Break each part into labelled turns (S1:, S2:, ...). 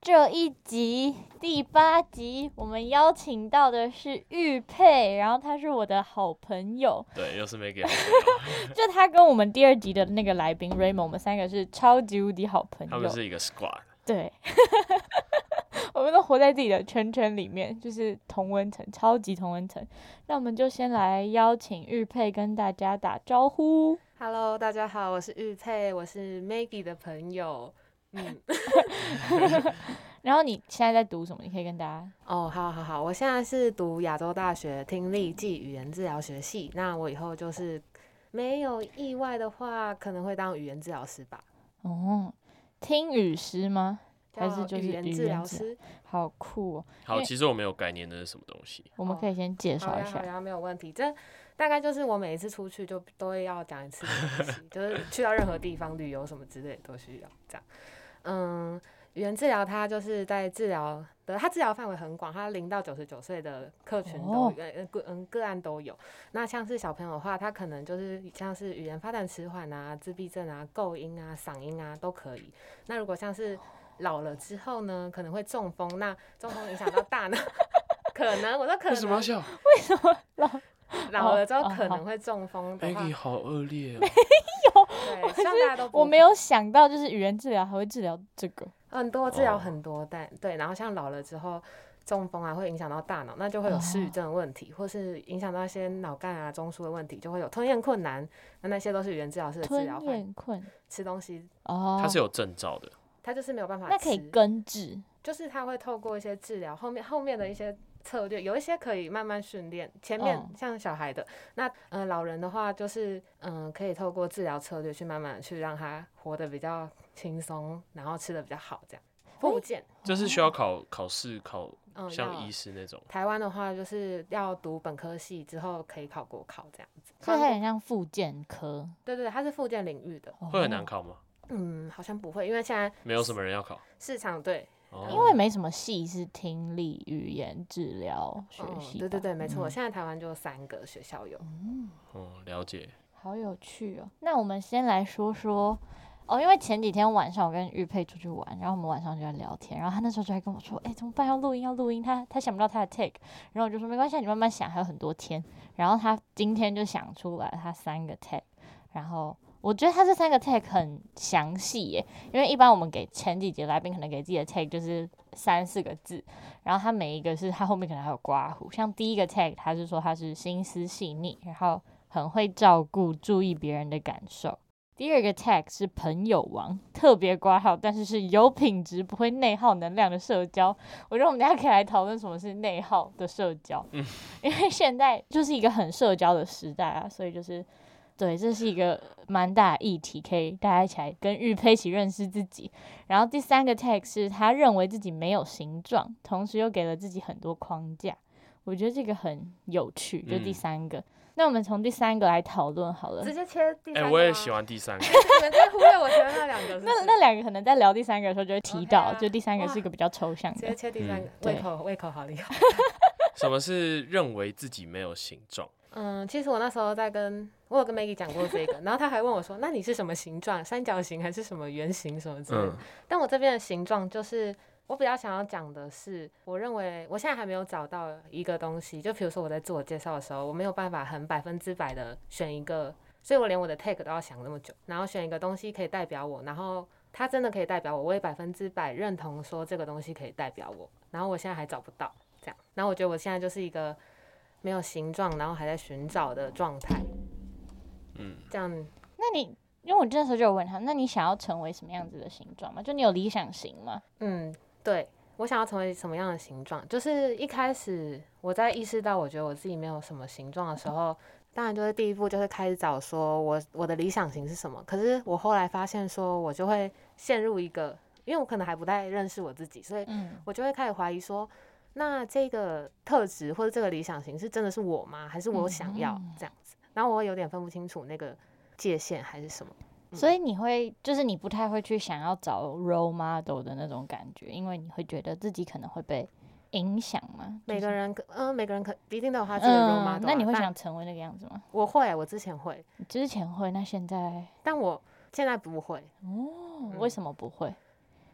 S1: 这一集第八集，我们邀请到的是玉佩，然后他是我的好朋友，
S2: 对，又是没给好朋友，
S1: 就他跟我们第二集的那个来宾 Raymond，我们三个是超级无敌好朋
S2: 他
S1: 友
S2: 们。是一个 squad。
S1: 对， 我们都活在自己的圈圈里面，就是同温层，超级同温层。那我们就先来邀请玉佩跟大家打招呼。
S3: Hello，大家好，我是玉佩，我是 Maggie 的朋友。嗯，
S1: 然后你现在在读什么？你可以跟大家。
S3: 哦，好好好，我现在是读亚洲大学听力暨语言治疗学系，那我以后就是没有意外的话，可能会当语言治疗师吧，
S1: 哦，听语师吗？还是
S3: 叫
S1: 就是
S3: 语
S1: 语
S3: 言治疗
S1: 言治
S3: 师？
S1: 好酷哦！因
S2: 好，
S1: 为
S2: 其实我没有概念那是什么东西。
S1: 我们
S3: 哦
S1: 可以先介
S3: 好
S1: 绍一
S3: 呀好
S1: 下。
S3: 呀，没有问题。这大概就是我每一次出去就都会要讲一次 的东西，就是去到任何地方旅游什么之类的都需要这样。嗯，语言治疗它就是在治疗的，它治疗范围很广，它零到九十九岁的客群都
S1: 哦
S3: 有呃个嗯个案都有。那像是小朋友的话，他可能就是像是语言发展迟缓啊、自闭症啊、构音啊、嗓音啊都可以。那如果像是老了之后呢，可能会中风，那中风影响到大脑。 可能我说可能
S2: 为什么要笑
S3: 老了之
S1: 哦
S3: 后
S1: 哦
S3: 可
S1: 好
S3: 能会中风的话，
S2: ？Maggie 好恶劣哦。
S3: 对， 希望大家都不
S1: 我没有想到，就是语言治疗还会治疗这个。
S3: 很嗯多治疗
S2: 哦
S3: 很多，但对，然后像老了之后中风啊，会影响到大脑，那就
S1: 哦
S3: 会有失语症的问题，或是影响到一些脑干啊、中枢的问题，就会有吞咽困难，那那些都是语言治疗师的治
S1: 吞
S3: 疗法，
S1: 咽困
S3: 吃东西
S1: 哦
S2: 他，是有证照的，
S3: 他就是没有办法吃，
S1: 那可以根治
S3: 就是他会透过一些治疗，后面后面的一些策略，有一些可以慢慢训练。前面
S1: 嗯
S3: 像小孩的，那呃老人的话，就是嗯、呃可以透过治疗策略去慢慢地去让他活得比较轻松，然后吃的比较好，这样
S1: 哦
S3: 复健。
S2: 就是需要考考试考，
S3: 嗯，要
S2: 像医师那种。
S3: 台湾的话，就是要读本科系之后可以考国考这样子。
S1: 所以它
S3: 韩
S1: 很
S3: 国
S1: 像复健科，
S3: 对对，对它是复健领域的。
S2: 会很难
S1: 哦，
S2: 考吗？
S3: 嗯，好像不会，因为现在
S2: 没有什么人要考。
S3: 市场对
S2: 哦
S1: 因为没什么系是听力、语言治疗学
S3: 嗯，
S1: 系吧。
S3: 对对对，没错，
S1: 嗯
S3: 现在台湾就三个学校有。
S2: 嗯，了解。
S1: 好有趣哦。那我们先来说说哦，因为前几天晚上我跟玉佩出去玩，然后我们晚上就在聊天，然后他那时候就在跟我说，哎、怎么办？要录音，要录音。他他想不到他的 take，然后我就说没关系，你慢慢想，还有很多天。然后他今天就想出来他三个 take，然后。我觉得他这三个 tag 很详细耶，因为一般我们给前几节来宾可能给自己的 tag 就是三四个字，然后他每一个是他后面可能还有刮胡，像第一个 tag 他是说他是心思细腻，然后很会照顾、注意别人的感受。第二个 tag 是朋友王，特别挂号，但是是有品质、不会内耗能量的社交。我觉得我们大家可以来讨论什么是内耗的社交，
S2: 嗯
S1: 因为现在就是一个很社交的时代啊，所以就是对，这是一个蛮大的议题，可以大家一起来跟玉佩一起认识自己。然后第三个 tag 是他认为自己没有形状，同时又给了自己很多框架。我觉得这个很有趣，就第
S2: 嗯
S1: 三个。那我们从第三个来讨论好了
S3: 直。接切第
S2: 哎、
S3: 三个、啊
S2: 我也喜。欢第三个。
S3: 你们在忽略我前面那两个是不
S1: 那
S3: 是
S1: 那两个可能在聊第三个的时候就会提
S3: OK
S1: 到
S3: 啊
S1: 就第三个
S3: 哇
S1: 是一个比较抽象
S3: 直
S1: 的
S3: 接。切第三个
S2: 嗯，
S1: 对
S3: 胃口胃口好厉害。
S2: 什么是认为自己没有形状？
S3: 嗯，其实我那时候在跟我有跟 Maggie 讲过这个，然后他还问我说：“ 那你是什么形状？三角形还是什么圆形什么之类的？”
S2: 嗯
S3: 但我这边的形状就是。我比较想要讲的是，我认为我现在还没有找到一个东西。就比如说我在自我介绍的时候，我没有办法很百分之百的选一个，所以我连我的 take 都要想那么久，然后选一个东西可以代表我，然后它真的可以代表我，我也百分之百认同说这个东西可以代表我。然后我现在还找不到这样，然后我觉得我现在就是一个没有形状，然后还在寻找的状态。
S2: 嗯，
S3: 这样
S1: 那你因为我那时候就有问他，那你想要成为什么样子的形状吗？就你有理想型吗？
S3: 嗯，对我想要成为什么样的形状？就是一开始我在意识到我觉得我自己没有什么形状的时候，当然就是第一步就是开始找说我我的理想型是什么。可是我后来发现说，我就会陷入一个，因为我可能还不太认识我自己，所以
S1: 嗯，
S3: 我就会开始怀疑说，那这个特质或者这个理想型是真的是我吗？还是我想要
S1: 嗯
S3: 这样子？然后我有点分不清楚那个界限还是什么。嗯
S1: 所以你会就是你不太会去想要找 role model 的那种感觉，因为你会觉得自己可能会被影响嘛。就
S3: 每个
S1: 是
S3: 人可，嗯、每个人可一定都有他自己的
S1: 嗯，
S3: role model
S1: 那
S3: 啊
S1: 你会
S3: 但
S1: 想成为那个样子吗？
S3: 我会，我之前会，
S1: 你之前会，那现在
S3: 但我现在不会，
S1: 哦，为
S3: 嗯
S1: 什么不会？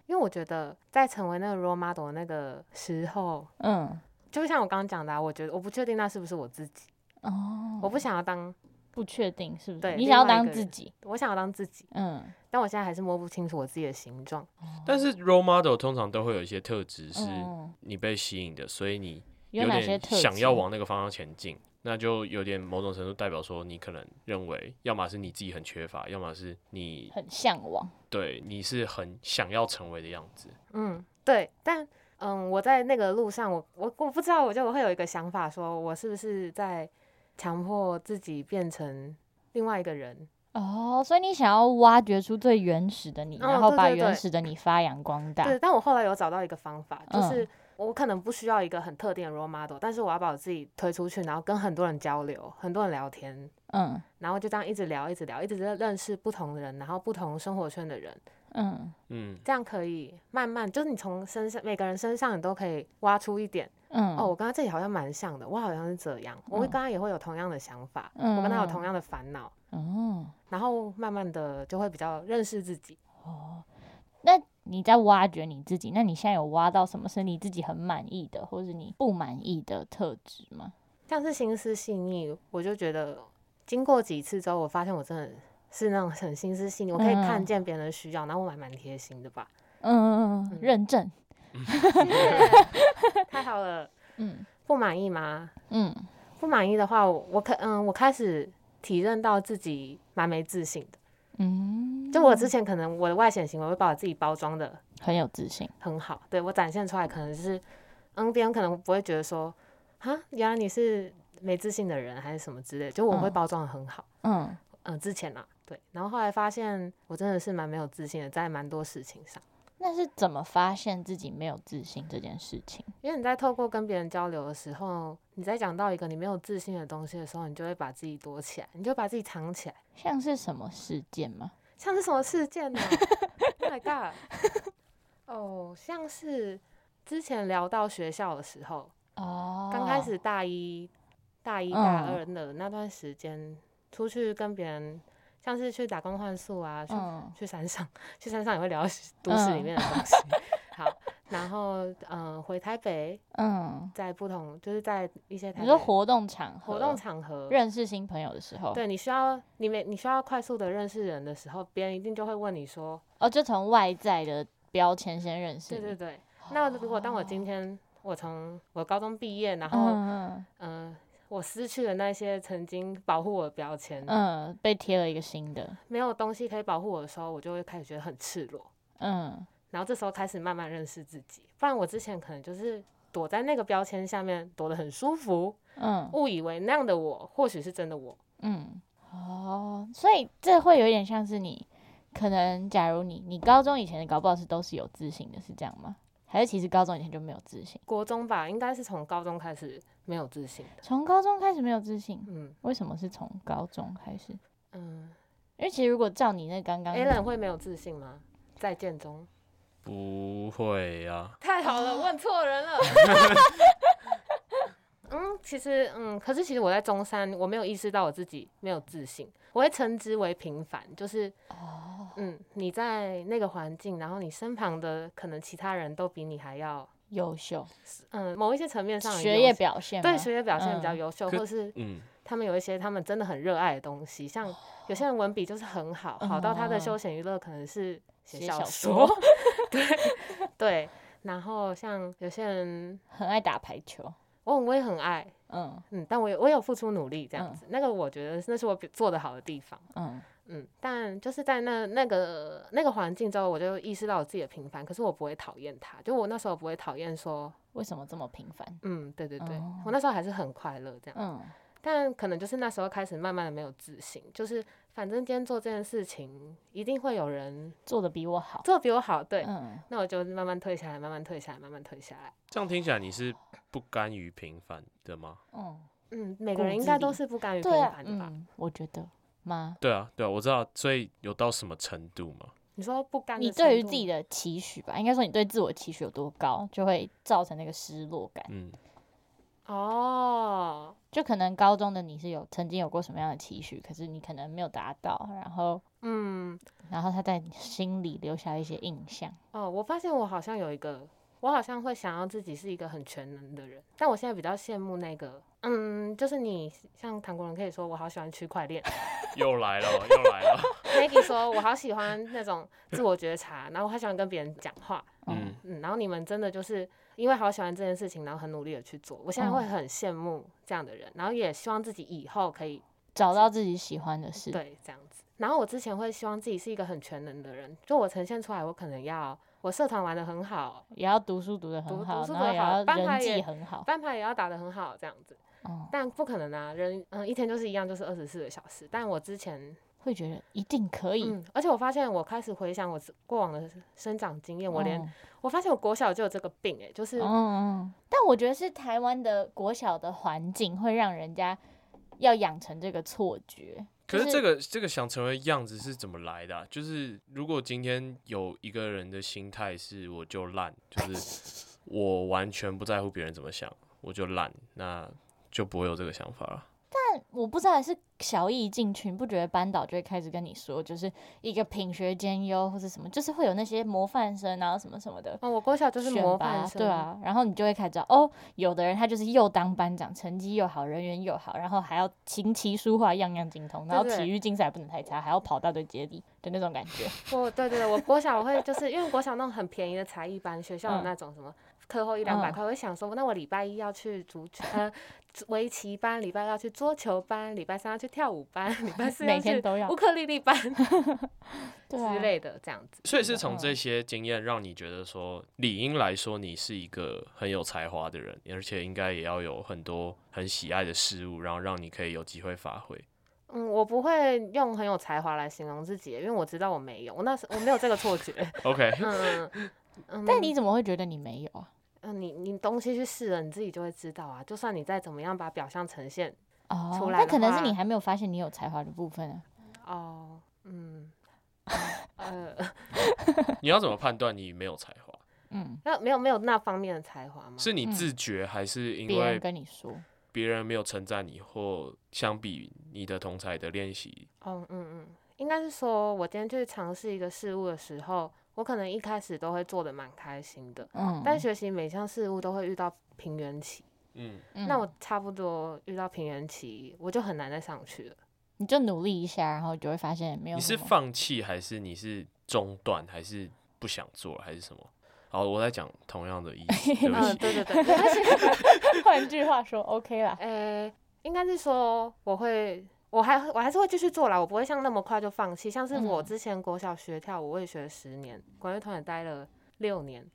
S3: 因为我觉得在成为那个 role model 的那个时候，
S1: 嗯，
S3: 就像我刚刚讲的、啊，我觉得我不确定那是不是我自己，
S1: 哦，
S3: 我不想要当，
S1: 不确定是不是？
S3: 对
S1: 你
S3: 另
S1: 想要
S3: 外一
S1: 当
S3: 个
S1: 自
S3: 人
S1: 己，
S3: 我想要当自己，
S1: 嗯，
S3: 但我现在还是摸不清楚我自己的形状。
S2: 但是 role model 通常都会有一些特质是
S1: 嗯
S2: 你被吸引的，所以你
S1: 有哪些
S2: 点
S1: 特
S2: 想
S1: 质
S2: 要往那个方向前进，那就有点某种程度代表说，你可能认为，要么是你自己很缺乏，要么是你
S1: 很向往，
S2: 对你是很想要成为的样子。
S3: 嗯，对，但嗯，我在那个路上，我我我不知道，我就会有一个想法，说我是不是在强迫自己变成另外一个人？
S1: 哦，所以你想要挖掘出最原始的你，然
S3: 哦
S1: 后
S3: 对
S1: 把
S3: 对
S1: 原
S3: 对
S1: 始的你发扬光大。
S3: 对，但我后来有找到一个方法，就
S1: 嗯
S3: 是我可能不需要一个很特定的 role model，但是我要把我自己推出去，然后跟很多人交流，很多人聊天，
S1: 嗯
S3: 然后就这样一直聊，一直聊，一直认认识不同的人，然后不同生活圈的人，
S1: 嗯
S2: 嗯，
S3: 这样可以慢慢，就是你从身上每个人身上，你都可以挖出一点。
S1: 嗯，
S3: 哦，我跟他这里好像蛮像的，我好像是这样，我会
S1: 嗯
S3: 跟他也会有同样的想法，
S1: 嗯，
S3: 我跟他有同样的烦恼，
S1: 嗯
S3: 然后慢慢的就会比较认识自己。
S1: 哦，那你在挖掘你自己，那你现在有挖到什么是你自己很满意的，或是你不满意的特质吗？
S3: 像是心思细腻，我就觉得经过几次之后，我发现我真的是那种很心思细腻，我可以看
S1: 嗯
S3: 见别人的需要，然后我还蛮贴心 的吧。
S1: 嗯嗯嗯，
S3: 嗯
S1: 认证，
S3: 太好了，
S1: 嗯
S3: 不满意吗？
S1: 嗯
S3: 不满意的话，我我可嗯，我开始体认到自己蛮没自信的。
S1: 嗯，
S3: 就我之前可能我的外显行为会把我自己包装的
S1: 很有自信，
S3: 很好，对我展现出来可能是，嗯，别人可能不会觉得说，啊，原来你是没自信的人还是什么之类的，就我会
S1: 嗯
S3: 包装的很好，
S1: 嗯
S3: 嗯、之前啊，对，然后后来发现我真的是蛮没有自信的，在蛮多事情上，
S1: 那是怎么发现自己没有自信这件事情？
S3: 因为你在透过跟别人交流的时候，你在讲到一个你没有自信的东西的时候，你就会把自己躲起来，你就把自己藏起来，
S1: 像是什么事件吗？
S3: 像是什么事件呢、oh、？My God，哦，像是之前聊到学校的时候，
S1: 哦，
S3: 刚开始大一、大一、大二的那段时间，出去跟别人，像是去打工换宿啊，去、
S1: 嗯
S3: 去山上，去山上也 会聊都市里面的东西。 好，然后嗯、呃回台北，
S1: 嗯，
S3: 在不同就是在一些台
S1: 你说
S3: 北
S1: 活动场合，
S3: 活动场合，
S1: 认识新朋友的时候，
S3: 对你需要你没你需要快速的认识人的时候，别人一定就会问你说，
S1: 哦，就从外在的标签先认识
S3: 对
S1: 你。
S3: 对对。那如果当我今天我从我高中毕业，然后
S1: 哦嗯
S3: 嗯、呃我失去了那些曾经保护我的标签，
S1: 嗯嗯，被贴了一个新的，
S3: 没有东西可以保护我的时候，我就会开始觉得很赤裸。
S1: 嗯
S3: 然后这时候开始慢慢认识自己，不然我之前可能就是躲在那个标签下面躲得很舒服，
S1: 嗯
S3: 误以为那样的我或许是真的我。
S1: 嗯，哦，所以这会有点像是你，可能假如你你高中以前的搞不好是都是有自信的，是这样吗？还是其实高中以前就没有自信，
S3: 国中吧，应该是从高中开始没有自信的。
S1: 从高中开始没有自信？
S3: 嗯
S1: 为什么是从高中开始？
S3: 嗯
S1: 因为其实如果照你那刚刚
S3: a l a n 会没有自信吗？在建中，
S2: 不会啊，
S3: 太好了，问错人了。 嗯，其实嗯，可是其实我在中山，我没有意识到我自己没有自信，我会称之为平凡，就是
S1: 哦
S3: 嗯，你在那个环境，然后你身旁的可能其他人都比你还要，
S1: 优秀，
S3: 嗯，某一些层面上很
S1: 学
S3: 优
S1: 业
S3: 秀
S1: 表现
S3: 对
S1: 吗
S3: 学业表现比较
S1: 嗯
S3: 优秀，
S2: 可
S3: 或是
S2: 嗯，
S3: 他们有一些他们真的很热爱的东西，像有些人文笔就是很好，好到他的休闲娱乐可能是写
S1: 哦写
S3: 小
S1: 小
S3: 说
S1: 说，
S3: 对对。然后像有些人，
S1: 很爱打排球，
S3: 我我也很爱，
S1: 嗯
S3: 嗯，但我有我有付出努力这样
S1: 嗯
S3: 子，那个我觉得那是我比做得好的地方。
S1: 嗯
S3: 嗯，但就是在那那个那个环境之后，我就意识到我自己的平凡，可是我不会讨厌他，就我那时候不会讨厌说，
S1: 为什么这么平凡？
S3: 嗯，对对对，
S1: 哦
S3: 我那时候还是很快乐这样，
S1: 嗯
S3: 但可能就是那时候开始慢慢的没有自信，就是反正今天做这件事情，一定会有人
S1: 做的比我好。
S3: 做得比我好，对，
S1: 哦嗯，
S3: 那我就慢慢退下来，慢慢退下来，慢慢退下来。
S2: 这样听起来你是不甘于平凡的吗？
S1: 嗯，
S3: 嗯，每
S1: 骨
S3: 个人应
S1: 子
S3: 该
S1: 里
S3: 都是不甘于平
S1: 对啊，
S3: 凡的吧？
S1: 嗯，我觉得妈，
S2: 对啊，对啊，我知道，所以有到什么程度吗？
S3: 你说不甘的
S1: 你
S3: 程
S1: 对于
S3: 度
S1: 自己
S3: 吗
S1: 的期许吧，应该说你对自我期许有多高，就会造成那个失落感。
S2: 嗯，
S3: 哦，
S1: 就可能高中的你是有曾经有过什么样的期许，可是你可能没有达到，然后
S3: 嗯，
S1: 然后他在你心里留下一些印象。
S3: 哦，我发现我好像有一个，我好像会想要自己是一个很全能的人，但我现在比较羡慕那个，嗯，就是你像韩国人可以说我好喜欢区块链
S2: 又来了，又来了。
S3: ，Maggie 说我好喜欢那种自我觉察，然后我还喜欢跟别人讲话，
S1: 嗯
S2: 嗯，
S3: 嗯，然后你们真的就是因为好喜欢这件事情，然后很努力的去做，我现在会
S1: 嗯
S3: 很羡慕这样的人，然后也希望自己以后可以
S1: 找到自己喜欢的事。
S3: 对，这样子。然后我之前会希望自己是一个很全能的人，就我呈现出来，我可能要我社团玩的很好，
S1: 也要读书读得
S3: 读
S1: 很好，
S3: 读书
S1: 然
S3: 读
S1: 后
S3: 得
S1: 也
S3: 好
S1: 要
S3: 班牌
S1: 人
S3: 也
S1: 际很好。
S3: 班牌也要打得很好，这样子。
S1: 嗯，
S3: 但不可能啊，人嗯一天就是一样，就是二十四个小时。但我之前
S1: 会觉得一定可以。
S3: 嗯，而且我发现我开始回想我自过往的生长经验，我连、
S1: 嗯
S3: 我发现我国小就有这个病哎、就是、
S1: 嗯嗯，但我觉得是台湾的国小的环境会让人家要养成这个错觉。
S2: 可
S1: 就是
S2: 这个这个想成为样子是怎么来的啊、就是如果今天有一个人的心态是我就烂，就是我完全不在乎别人怎么想，我就烂，那就不会有这个想法了。
S1: 我不知道是小易进群，不觉得班导就会开始跟你说，就是一个品学兼优或者什么，就是会有那些模范生啊什么什么的。
S3: 哦，我国小就是
S1: 选
S3: 模
S1: 拔
S3: 范生，
S1: 对，啊，然后你就会开始知道，哦，有的人他就是又当班长，成绩又好，人缘又好，然后还要琴棋书画样样精通，然后
S3: 对对
S1: 体育竞赛不能太差，还要跑大队接力的那种感觉。
S3: 我对对对，我国小我会就是因为国小那种很便宜的才艺班，学校有
S1: 嗯
S3: 那种什么课后一两百
S1: 嗯
S3: 块，我会想说，那我礼拜一要去足球呃足围棋班，礼拜二要去桌球班，礼拜三要去跳舞班，礼拜四
S1: 每
S3: 要
S1: 天
S3: 去
S1: 都要
S3: 乌克丽丽班
S1: 对啊
S3: 之类的这样子。
S2: 所以是从这些经验让你觉得说，理应来说你是一个很有才华的人，而且应该也要有很多很喜爱的事物，然后让你可以有机会发挥。
S3: 嗯，我不会用很有才华来形容自己，因为我知道我没有，我那时我没有这个错 觉。
S2: OK，
S3: 嗯嗯，
S1: 但你怎么会觉得你没有啊？
S3: 嗯你你东西去试了，你自己就会知道啊。就算你再怎么样把表象呈现，
S1: 哦
S3: 出，来
S1: 那
S3: 的
S1: 可能是你
S3: 话
S1: 还没有发现你有才华的部分啊。
S3: 哦， 嗯，嗯呃。
S2: 你要怎么判断你没有才华？
S1: 嗯，
S3: 那没有没有那方面的才华吗？
S2: 是你
S1: 嗯
S2: 自觉，还是因
S1: 别
S2: 为
S1: 人跟你说，
S2: 别人没有称赞你，或相比你的同才的练习，
S3: 哦，嗯嗯，应该是说我今天去尝试一个事物的时候，我可能一开始都会做的蛮开心的，
S1: 嗯，
S3: 但学习每项事物都会遇到平原期，
S2: 嗯，
S1: 嗯
S3: 那我差不多遇到平原期，我就很难再上去了。
S1: 你就努力一下，然后就会发现没有
S2: 你
S1: 什
S2: 是
S1: 么。
S2: 放弃还是你是中断，还是不想做，还是什么？好，我在讲同样的意思，对不
S3: 嗯，
S2: 起，
S3: 对对对， 但是
S1: 换句话说，OK 啦。
S3: 呃，应该是说我会。我还我还是会继续做啦，我不会像那么快就放弃。像是我
S1: 嗯
S3: 之前国小学跳舞，我也学了十年，管乐团也待了六年，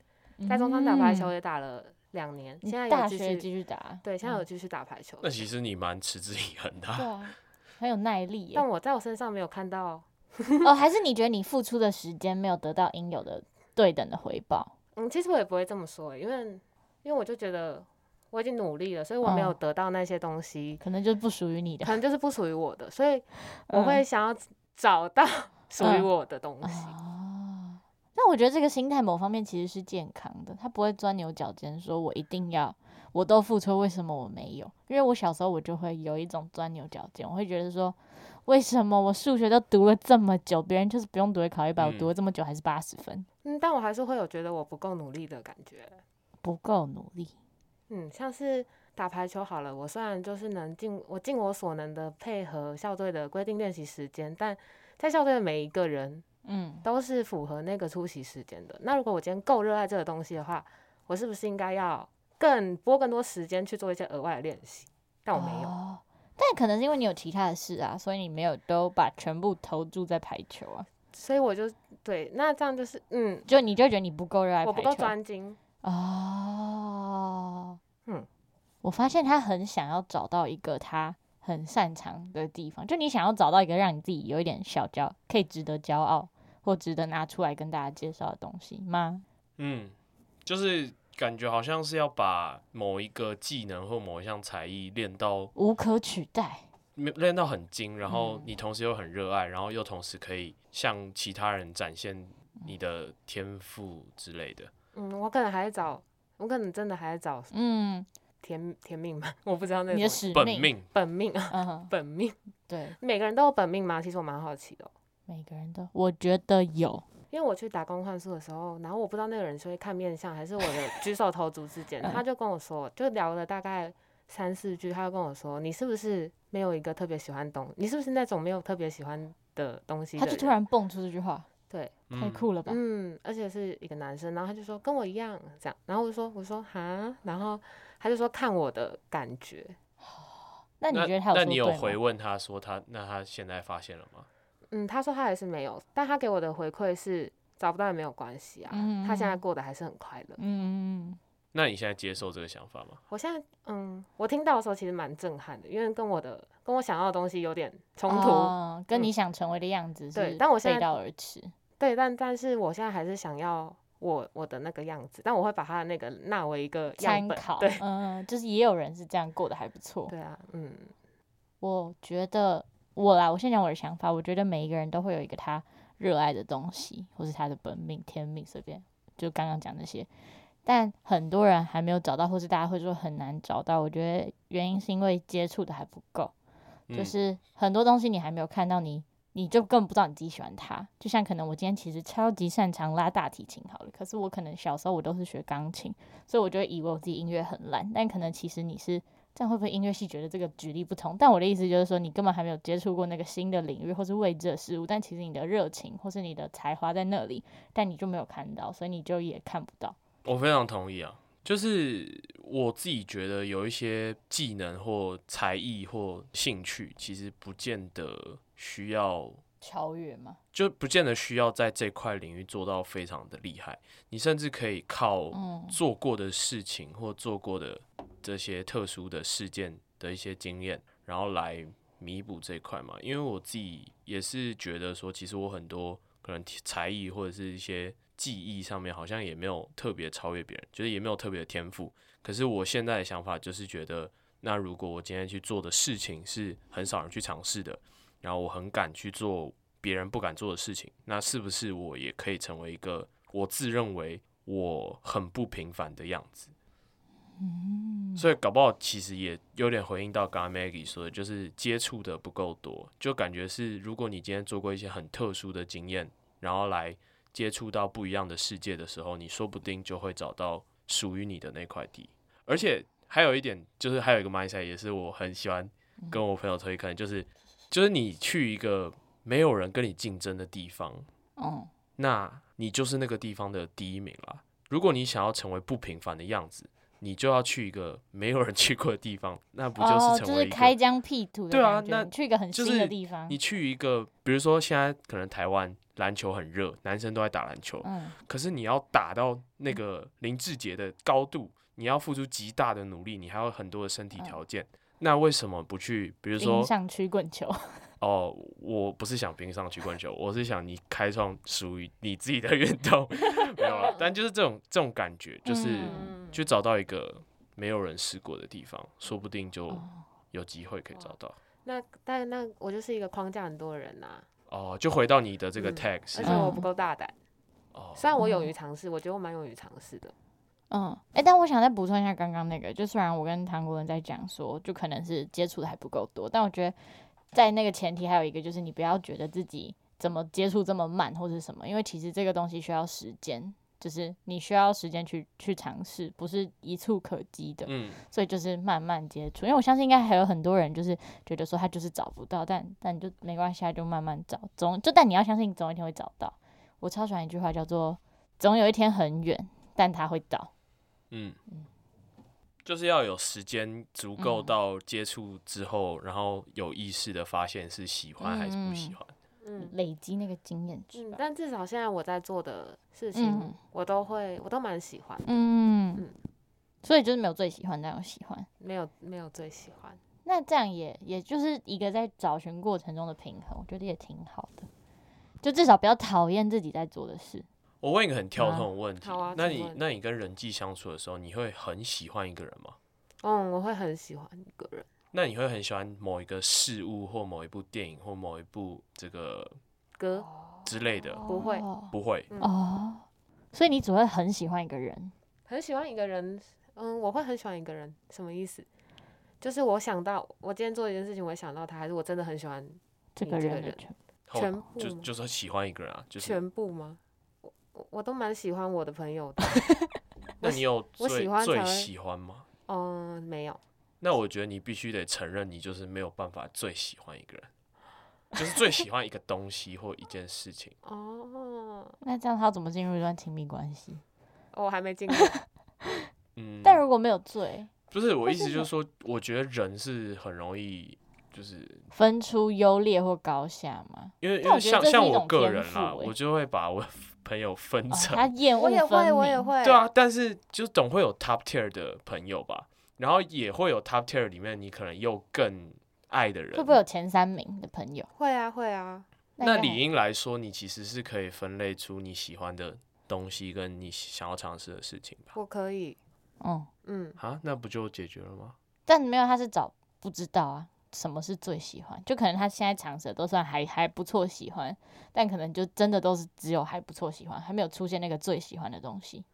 S3: 在中山打排球
S1: 嗯，
S3: 也打了两年，
S1: 你
S3: 现在
S1: 大
S3: 有继
S1: 学继
S3: 续
S1: 续打，
S3: 对，现在
S1: 嗯
S3: 有继续打排球。
S2: 那其实你蛮持之以恒的
S1: 对
S2: 啊。
S1: 啊，很有耐力耶。
S3: 但我在我身上没有看到，
S1: 哦，还是你觉得你付出的时间没有得到应有的对等的回报？
S3: 嗯，其实我也不会这么说，欸因为因为我就觉得我已经努力了，所以我没有
S1: 嗯
S3: 得到那些 东西，
S1: 可能就不属于你的
S3: 可。能就是不属于我的，所以我会想要找到 属于
S1: 嗯
S3: 我的东西。
S1: 哦，那我觉得这个心态某方面其实是健康的，他不会钻牛角尖，说我一定要我都付出，为什么我没有？因为我小时候我就会有一种钻牛角尖，我会觉得说，为什么我数学都读了这么久，别人就是不用读也考一百、我
S2: 嗯
S1: 读了这么久还是八十分，
S3: 嗯，但我还是会有觉得我不够努力的感觉。
S1: 不够努力。
S3: 嗯，像是打排球好了，我虽然就是能尽我尽我所能的配合校队的规定练习时间，但在校队的每一个人
S1: 嗯，
S3: 都是符合那个出席时间的。那如果我今天够热爱这个东西的话，我是不是应该要更拨更多时间去做一些额外的练习？但我没有，
S1: 哦但可能是因为你有其他的事啊，所以你没有都把全部投注在排球啊，
S3: 所以我就对，那这样就是嗯，
S1: 就你就觉得你不够热爱
S3: 我
S1: 排
S3: 不
S1: 球
S3: 够专精。
S1: 哦，
S3: 嗯，
S1: 我发现他很想要找到一个他很擅长的地方，就你想要找到一个让你自己有一点小骄，可以值得骄傲或值得拿出来跟大家介绍的东西吗？
S2: 嗯，就是感觉好像是要把某一个技能或某一项才艺练到
S1: 无可取代，
S2: 没练到很精，然后你同时又很热爱，然后又同时可以向其他人展现你的天赋之类的。
S3: 嗯，我可能还在找，我可能真的还在找
S1: 嗯，
S3: 甜甜命吧， 我不知道那
S1: 你的
S3: 个
S1: 使
S2: 本
S1: 命，
S2: 命，
S3: 本命啊，
S1: 嗯哼，
S3: 本命，
S1: 对，
S3: 每个人都有本命吗？其实我蛮好奇的哦、
S1: 每个人都，我觉得有，
S3: 因为我去打工换宿的时候，然后我不知道那个人是会看面相还是我的举手投足之间，
S1: 嗯
S3: 他就跟我说，就聊了大概三四句，他就跟我说，你是不是没有一个特别喜欢东，你是不是那种没有特别喜欢的东西
S1: 他
S3: 的
S1: 就
S3: 人？
S1: 突然哦蹦出这句话，
S3: 对，
S1: 太
S2: 嗯，
S1: 酷了吧？
S3: 嗯，而且是一个男生，然后他就说跟我一样这样，然后我就说我说哈，然后他就说看我的感觉，
S1: 那你
S2: 那
S1: 觉得他有
S2: 那
S1: 说
S2: 你有
S1: 对吗
S2: 回问他说他那他现在发现了吗？
S3: 嗯，他说他还是没有，但他给我的回馈是找不到也没有关系啊，
S1: 嗯
S3: 他现在
S1: 嗯
S3: 过得还是很快乐。
S1: 嗯，嗯
S2: 那你现在接受这个想法吗？
S3: 我现在嗯，我听到的时候其实蛮震撼的，因为跟我的跟我想要的东西有点冲
S1: 嗯
S3: 突，
S1: 哦跟
S3: 嗯
S1: 你想成为的样子
S3: 对
S1: 是
S3: 但我现
S1: 背
S3: 在
S1: 道而驰，
S3: 对，但但是我现在还是想要我我的那个样子，但我会把他的那个纳为一个样
S1: 参
S3: 本，
S1: 考，
S3: 对
S1: 嗯，就是也有人是这样过得还不错，
S3: 对啊，嗯
S1: 我觉得我啦，我先讲我的想法。我觉得每一个人都会有一个他热爱的东西，或是他的本命、天命，随便就刚刚讲那些。但很多人还没有找到，或是大家会说很难找到。我觉得原因是因为接触的还不够，就
S2: 嗯
S1: 是很多东西你还没有看到你。你就更不知道你自己喜欢它，就像可能我今天其实超级擅长拉大提琴好了，可是我可能小时候我都是学钢琴，所以我就会以为我自己音乐很烂，但可能其实你是这样会不会音乐系觉得这个举例不同？但我的意思就是说，你根本还没有接触过那个新的领域或是未知的事物，但其实你的热情或是你的才华在那里，但你就没有看到，所以你就也看不到。
S2: 我非常同意啊，就是我自己觉得有一些技能或才艺或兴趣，其实不见得需要，
S1: 超越嘛，
S2: 就不见得需要在这块领域做到非常的厉害。你甚至可以靠
S1: 嗯
S2: 做过的事情或做过的这些特殊的事件的一些经验，然后来弥补这一块嘛。因为我自己也是觉得说，其实我很多可能才艺或者是一些技艺上面，好像也没有特别超越别人，就是也没有特别的天赋。可是我现在的想法就是觉得，那如果我今天去做的事情是很少人去尝试的，然后我很敢去做别人不敢做的事情，那是不是我也可以成为一个我自认为我很不平凡的样子？
S1: 嗯，
S2: 所以搞不好其实也有点回应到刚刚 Maggie 说的，就是接触的不够多，就感觉是如果你今天做过一些很特殊的经验，然后来接触到不一样的世界的时候，你说不定就会找到属于你的那块地。而且还有一点，就是还有一个 mindset 也是我很喜欢跟我朋友推坑，就是就是你去一个没有人跟你竞争的地方，
S1: 嗯，
S2: 那你就是那个地方的第一名啦。如果你想要成为不平凡的样子，你就要去一个没有人去过的地方，那不就是
S1: 哦，
S2: 成
S1: 就
S2: 为
S1: 是
S2: 一个？
S1: 开疆辟土的
S2: 对啊
S1: 感
S2: 那
S1: 觉，你去一个很
S2: 就
S1: 新
S2: 是
S1: 的地方
S2: 你，去一个，比如说现在可能台湾篮球很热，男生都在打篮球，
S1: 嗯，
S2: 可是你要打到那个林志杰的高度，你要付出极大的努力，你还有很多的身体
S1: 嗯
S2: 条件。那为什么不去？比如
S1: 冰
S2: 说，
S1: 上曲棍 球，
S2: 哦，我不是想冰上曲棍球，我是想你开创属于你自己的运动， 没有了。但就是这种这种感觉，就是
S1: 嗯
S2: 就找到一个没有人试过的地方，说不定就
S1: 哦
S2: 有机会可以找到。
S3: 那但那我就是一个框架很多的人呐、
S2: 哦，就回到你的这个
S3: 嗯
S2: tag 是
S3: 而且我
S1: 嗯
S3: 不够大胆，
S2: 哦，
S3: 虽然我勇
S1: 嗯
S3: 于尝试，我觉得我蛮勇于尝试的。
S1: 嗯，哎、但我想再补充一下刚刚那个，就虽然我跟韩国人在讲说，就可能是接触的还不够多，但我觉得在那个前提还有一个就是你不要觉得自己怎么接触这么慢或是什么，因为其实这个东西需要时间，就是你需要时间去去尝试，不是一触可及的，
S2: 嗯，
S1: 所以就是慢慢接触。因为我相信应该还有很多人就是觉得说他就是找不到，但但你就没关系，他就慢慢找，总就但你要相信总有一天会找到。我超喜欢一句话叫做“总有一天很远，但他会到”。
S2: 嗯，就是要有时间足够
S1: 嗯
S2: 到接触之后，然后有意识的发现是喜欢还是不喜
S1: 嗯
S2: 欢。
S3: 嗯
S1: 累积那个经验值
S3: 嗯，
S1: 吧。
S3: 但至少现在我在做的事情，
S1: 嗯
S3: 我都会，我都蛮喜欢的，
S1: 嗯
S3: 嗯，
S1: 所以就是没有最喜欢，但有喜欢。
S3: 没有没有最喜欢。
S1: 那这样也也就是一个在找寻过程中的平衡，我觉得也挺好的。就至少不要讨厌自己在做的事。
S2: 我问一个很跳痛的问题，
S3: 好啊
S2: 那
S3: 请
S2: 你
S3: 问
S2: 那你跟人际相处的时候，你会很喜欢一个人吗？
S3: 嗯，我会很喜欢一个人。
S2: 那你会很喜欢某一个事物或某一部电影或某一部这个
S3: 哥，
S2: 之类的？
S3: 不会嗯
S1: 哦
S2: 不会，
S1: 哦，所以你只会很喜欢一个人。
S3: 很喜欢一个人，嗯，我会很喜欢一个人，什么意思？就是我想到我今天做一件事情，我会想到他，还是我真的很喜欢
S1: 这
S3: 你
S1: 个
S3: 这
S1: 人
S3: 个
S1: 的
S3: 人
S1: 全
S2: 后
S3: 全部
S2: 就
S3: 吗
S2: 就是喜欢一个人啊，就是
S3: 全部吗？我我我都蛮喜欢我的朋友的，
S2: 那你有
S3: 我喜
S2: 最
S3: 欢才
S2: 最
S3: 会
S2: 喜欢吗？
S3: 嗯，没有，
S2: 那我觉得你必须得承认，你就是没有办法最喜欢一个人，就是最喜欢一个东西或一件事情。
S3: 哦，
S1: 那这样他怎么进入一段亲密关系？
S3: 我还没经 过，
S2: 嗯，
S1: 但如果没有罪，
S2: 不是我
S1: 但
S2: 意思
S1: 是
S2: 就是
S1: 我
S2: 说，我觉得人是很容易，就是
S1: 分出优劣或高下嘛？
S2: 因为因
S1: 但
S2: 为
S1: 我觉得
S2: 像
S1: 这是
S2: 像
S1: 一
S2: 我
S1: 种
S2: 个
S1: 天
S2: 人啦，
S1: 赋欸
S2: 我就会把我 朋友分
S1: 哦、
S2: 成
S1: 他厌恶
S3: 我也
S1: 分
S3: 会，我也
S1: 明，
S3: 会，
S2: 对啊，，但是就总会有 top tier 的朋友吧，然后也会有 top tier 里面你可能又更爱的人。
S1: 会不会有前三名的朋友？
S3: 会啊，会啊，
S2: 那
S1: 应该
S2: 理
S1: 还
S2: 应来说，你其实是可以分类出你喜欢的东西跟你想要尝试的事情吧？
S3: 我可以，
S1: 嗯，
S3: 嗯，
S2: 啊，那不就解决了吗？
S1: 但没有他是找不知道啊，什么是最喜欢？就可能他现在尝试的都算还还不错喜欢，但可能就真的都是只有还不错喜欢，还没有出现那个最喜欢的东西。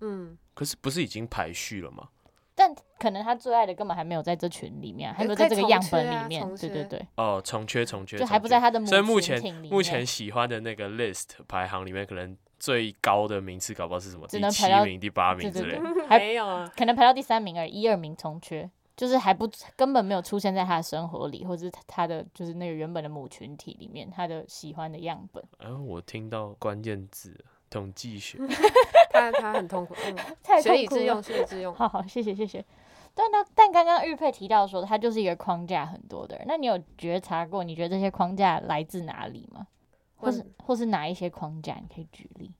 S3: 嗯，
S2: 可是不是已经排序了吗？
S1: 但可能他最爱的根本还没有在这群里面啊，还没有在这个样本里面。
S3: 可
S1: 对
S3: 以重缺啊
S1: 对对，
S2: 哦，重缺重缺，
S1: 就还不
S2: 重
S1: 在
S2: 缺
S1: 他的母
S2: 所以目
S1: 群
S2: 前
S1: 体里面，
S2: 目前喜欢的那个 list 排行里面，可能最高的名次搞不好是什么
S1: 只
S2: 第
S1: 能
S2: 七
S1: 排到
S2: 名、第八名
S1: 对
S2: 之
S1: 对
S2: 类的。
S1: 对，还
S3: 没有啊，
S1: 可能排到第三名而已，一二名重缺。就是还不根本没有出现在他的生活里，或者是他的就是那个原本的母群体里面，他的喜欢的样本，
S2: 哎，我听到关键字了统计学，
S3: 他他很痛苦，嗯，
S1: 太
S3: 学
S1: 痛
S3: 以
S1: 苦
S3: 致
S1: 了
S3: 用，。学以致 用，
S1: 好好，谢谢谢谢。但呢，但刚刚玉佩提到说，他就是一个框架很多的人。那你有觉察过？你觉得这些框架来自哪里吗？或
S3: 我
S1: 是或是哪一些框架？你可以举例。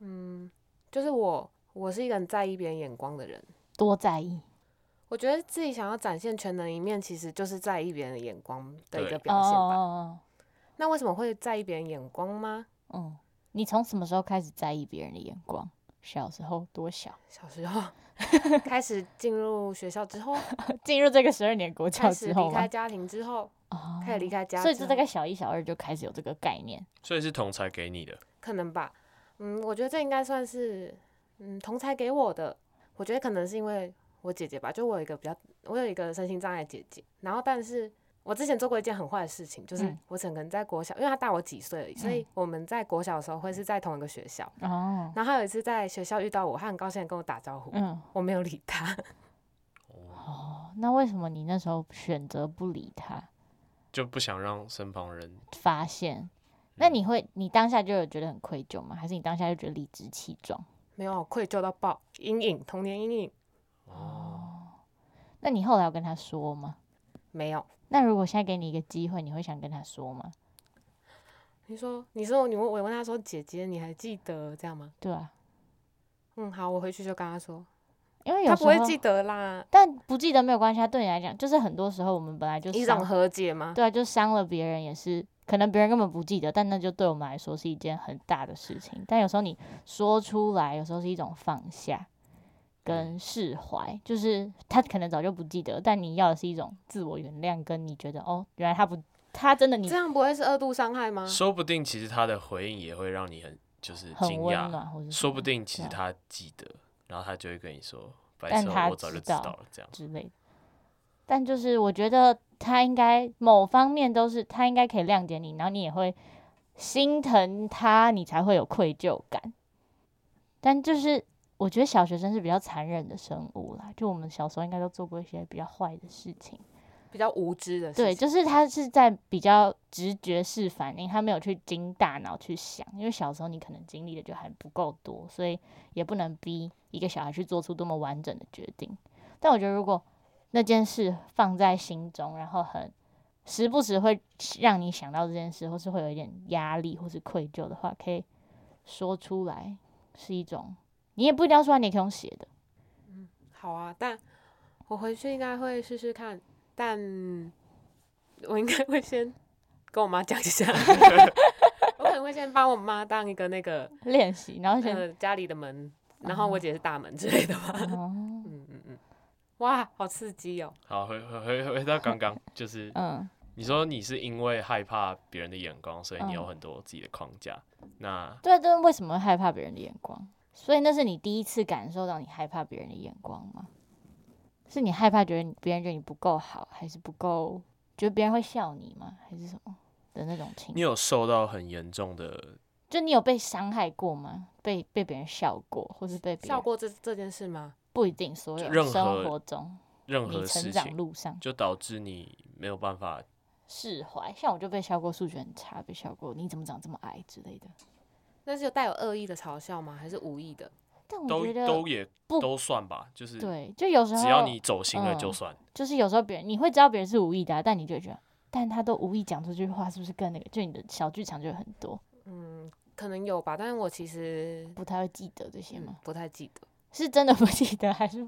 S3: 嗯，就是我，我是一个很在意别人眼光的人。
S1: 多在意
S3: 我觉得自己想要展现全能一面，其实就是在意别人的眼光的一
S2: 对
S3: 个表现吧。
S1: 哦，
S3: 那为什么会在意别人眼光吗？
S1: 嗯，你从什么时候开始在意别人的眼光？小时候多小？
S3: 小 时候开始进入学校之后，
S1: 进入这个十二年国教
S3: 开始
S1: 之
S3: 离
S1: 后
S3: 开
S1: 吗？
S3: 家庭之后，
S1: 哦
S3: 开始离开家之
S1: 所
S3: 后，
S1: 以是大概小一、小二就开始有这个概念。
S2: 所以是同才给你的。
S3: 可能吧。嗯，我觉得这应该算是嗯同才给我的。我觉得可能是因为我姐姐吧，就我有一个比较，我有一个身心障碍姐姐。然后，但是我之前做过一件很坏的事情，就是
S1: 嗯
S3: 我整个人在国小，因为她大我几岁而已，所以我们在国小的时候会是在同一个学校。
S1: 哦，
S3: 然后她有一次在学校遇到我，她很高兴的跟我打招呼，
S1: 嗯，
S3: 我没有理她。
S1: 哦，那为什么你那时候选择不理他？
S2: 就不想让身旁人
S1: 发现，那你会，你当下就有觉得很愧疚吗？还是你当下就觉得理直气壮？
S3: 没有愧疚到爆，阴影，童年阴影
S2: 哦，
S1: 那你后来有跟他说吗？
S3: 没有。
S1: 那如果现在给你一个机会，你会想跟他说吗？
S3: 你说，你说，你问我问她说，姐姐，你还记得这样吗？
S1: 对啊，
S3: 嗯，好，我回去就跟她说，
S1: 因为有
S3: 她
S1: 时
S3: 不
S1: 候
S3: 会记得啦，
S1: 但不记得没有关系啊。对你来讲，就是很多时候我们本来就
S3: 一
S1: 伤
S3: 种，和解吗？
S1: 对啊，就伤了别人也是，可能别人根本不记得，但那就对我们来说是一件很大的事情。但有时候你说出来，有时候是一种放下。跟释怀，就是他可能早就不记得，但你要的是一种自我原谅，跟你觉得哦，原来他不，他真的你
S3: 这样不会是二度伤害吗？
S2: 说不定其实他的回应也会让你很就是
S1: 哦很
S2: 惊
S1: 温
S2: 讶，
S1: 暖，或者
S2: 说不定其实
S1: 对啊
S2: 他记得，然后他就会跟你说：“白
S1: 但
S2: 色，
S1: 他
S2: 我早就
S1: 知
S2: 知道
S1: 道
S2: 了。”这样，
S1: 之类的。但就是我觉得他应该某方面都是他应该可以谅解你，然后你也会心疼他，你才会有愧疚感。但就是我觉得小学生是比较残忍的生物啦，就我们小时候应该都做过一些比较坏的事情。
S3: 比较无知的事
S1: 对，
S3: 情，
S1: 就是他是在比较直觉式反应，他没有去经大脑去想，因为小时候你可能经历的就还不够多，所以也不能逼一个小孩去做出多么完整的决定。但我觉得，如果那件事放在心中，然后很时不时会让你想到这件事，或是会有一点压力或是愧疚的话，可以说出来，是一种你也不一定要说，你也可以用写的。
S3: 好啊，但我回去应该会试试看，但我应该会先跟我妈讲 一下，我可能会先把我妈当一个那个
S1: 练习，然后想，
S3: 呃家里的门，然后
S1: 嗯
S3: 我姐是大门之类的吧。
S1: 哦，
S3: 嗯嗯嗯，哇，好刺激哦！
S2: 好，回回回回到刚刚，就是
S1: 嗯，
S2: 你说你是因为害怕别人的眼光，所以你有
S1: 嗯
S2: 很多自己的框架。那
S1: 对，就是为什么会害怕别人的眼光？所以那是你第一次感受到你害怕别人的眼光吗？是你害怕觉得你别人觉得你不够好，还是不够？觉得别人会笑你吗？还是什么的那种情
S2: 你？有受到很严重的，
S1: 就你有被伤害过吗？被被别人笑过，或是被别
S3: 笑
S1: 人
S3: 过这这件事吗？
S1: 不一定所有
S2: 任何
S1: 生活中，
S2: 任
S1: 你
S2: 何
S1: 成
S2: 事
S1: 长
S2: 情，
S1: 路上
S2: 就导致你没有办法
S1: 释怀。像我就被笑过数学很差，被笑过你怎么长这么矮之类的。
S3: 那是有带有恶意的嘲笑吗？还是无意的？
S1: 但我
S2: 都
S1: 觉得
S2: 都也
S1: 不
S2: 都算吧，就是
S1: 对，就有时候
S2: 只要你走心了
S1: 嗯
S2: 就算。
S1: 就是有时候别人你会知道别人是无意的啊、但你就会觉得，但他都无意讲出这句话，是不是更那个？就你的小剧场就有很多，
S3: 嗯，可能有吧，但是我其实
S1: 不太会记得这些
S3: 嗯
S1: 吗？
S3: 不太记 得。
S1: 是真的不记得，还是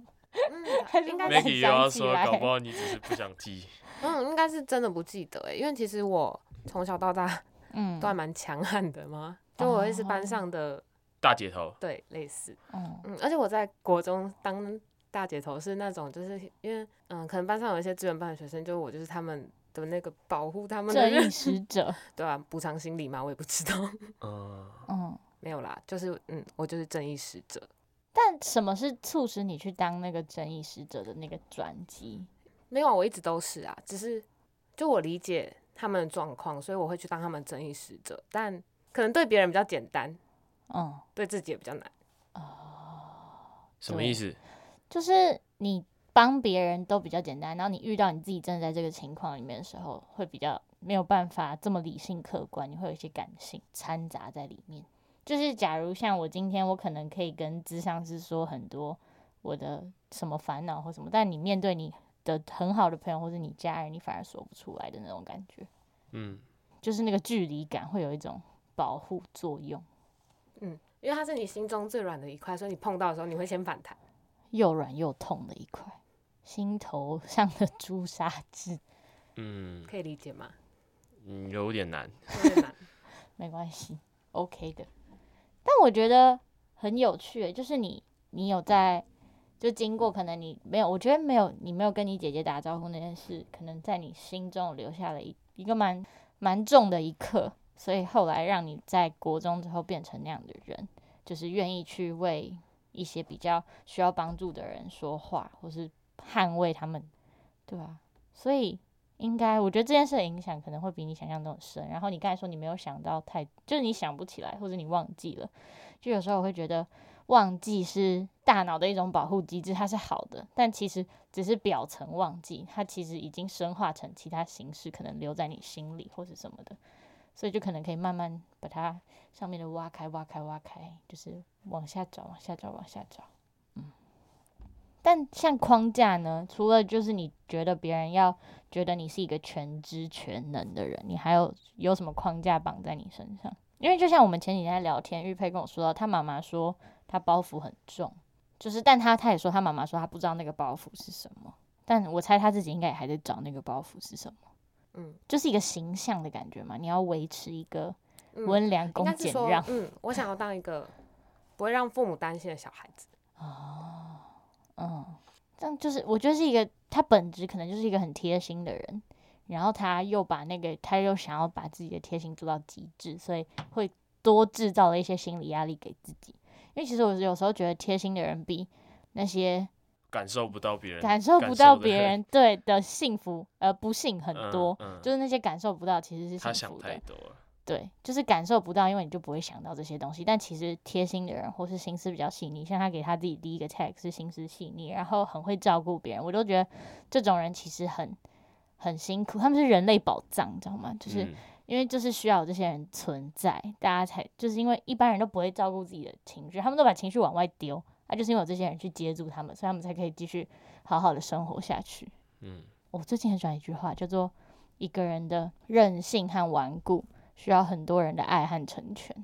S1: 还
S3: 嗯，
S1: 是
S3: 应
S1: 不
S3: 该
S1: 能
S2: Maggie 又
S1: 想
S2: 要
S1: 起
S2: 说，
S1: 来
S2: 搞不好你只是不想记。
S3: 嗯，应该是真的不记得哎、因为其实我从小到大
S1: 嗯
S3: 都还蛮强悍的嘛，就我会是班
S1: 哦
S3: 上的
S2: 大姐头，
S3: 对类似，
S1: 嗯
S3: 嗯，而且我在国中当大姐头是那种，就是因为嗯，可能班上有一些资源班的学生，就是我就是他们的那个保护他们的
S1: 正义
S3: 人，
S1: 使者，
S3: 对啊，补偿心理嘛，我也不知道，
S2: 嗯，
S1: 嗯。
S3: 没有啦，就是嗯，我就是正义使者，
S1: 但什么是促使你去当那个正义使者的那个转机？
S3: 没有啊，我一直都是啊，只是就我理解他们的状况，所以我会去当他们正义使者，但可能对别人比较简单，
S1: 嗯，
S3: 对自己也比较难，
S2: 什么意思？
S1: 就是你帮别人都比较简单，然后你遇到你自己真的在这个情况里面的时候，会比较没有办法这么理性客观，你会有一些感性掺杂在里面。就是假如像我今天，我可能可以跟咨商师说很多我的什么烦恼或什么，但你面对你的很好的朋友或者你家人，你反而说不出来的那种感觉，
S2: 嗯，
S1: 就是那个距离感会有一种保护作用，
S3: 嗯，因为它是你心中最软的一块，所以你碰到的时候你会先反弹。
S1: 又软又痛的一块，心头上的 朱砂痣。
S2: 嗯
S3: 可以理解吗？
S2: 嗯，有点难。
S3: 有点难
S1: 没关系，OK 的。但我觉得很有趣耶，就是你你有在就经过，可能你没有，我觉得没有你没有跟你姐姐打招呼那件事，可能在你心中留下了一一个蛮蛮重的一刻，所以后来让你在国中之后变成那样的人，就是愿意去为一些比较需要帮助的人说话，或是捍卫他们，对吧、所以应该，我觉得这件事的影响可能会比你想象中的深。然后你刚才说你没有想到太，就是你想不起来，或者你忘记了，就有时候我会觉得忘记是大脑的一种保护机制，它是好的，但其实只是表层忘记，它其实已经深化成其他形式，可能留在你心里或是什么的，所以就可能可以慢慢把它上面的挖开、挖开、挖开，就是往下找、往下找、往下找。嗯，但像框架呢，除了就是你觉得别人要觉得你是一个全知全能的人，你还有有什么框架绑在你身上？因为就像我们前几天在聊天，玉佩跟我说到，她妈妈说她包袱很重，就是但她她也说她妈妈说她不知道那个包袱是什么，但我猜她自己应该也还在找那个包袱是什么，
S3: 嗯
S1: 就是一个形象的感觉嘛，你要维持一个
S3: 嗯，
S1: 温良
S3: 应
S1: 恭
S3: 该是
S1: 俭
S3: 说
S1: 让，，
S3: 嗯，我想要当一个不会让父母担心的小孩子。
S1: 哦嗯，这样就是我觉得是一个他本质可能就是一个很贴心的人，然后他又把那个他又想要把自己的贴心做到极致，所以会多制造了一些心理压力给自己。因为其实我有时候觉得贴心的人比那些
S2: 感受不到别人，
S1: 感受不
S2: 受
S1: 到
S2: 的
S1: 别人 对的幸福呃不幸很
S2: 嗯
S1: 多，
S2: 嗯
S1: 就是那些感受不到其实
S2: 他
S1: 是幸
S2: 想
S1: 福
S2: 太
S1: 的，
S2: 多了。
S1: 对，就是感受不到，因为你就不会想到这些东西。但其实贴心的人或是心思比较细腻，像他给他自己第一个 tag 是心思细腻，然后很会照顾别人，我都觉得这种人其实很很辛苦，他们是人类宝藏，你知道吗？就是
S2: 嗯
S1: 因为就是需要有这些人存在，大家才就是因为一般人都不会照顾自己的情绪，他们都把情绪往外丢，那、就是因为有这些人去接住他们，所以他们才可以继续好好的生活下去。
S2: 嗯，
S1: 我最近很喜欢一句话，叫做“一个人的韧性和顽固需要很多人的爱和成全”。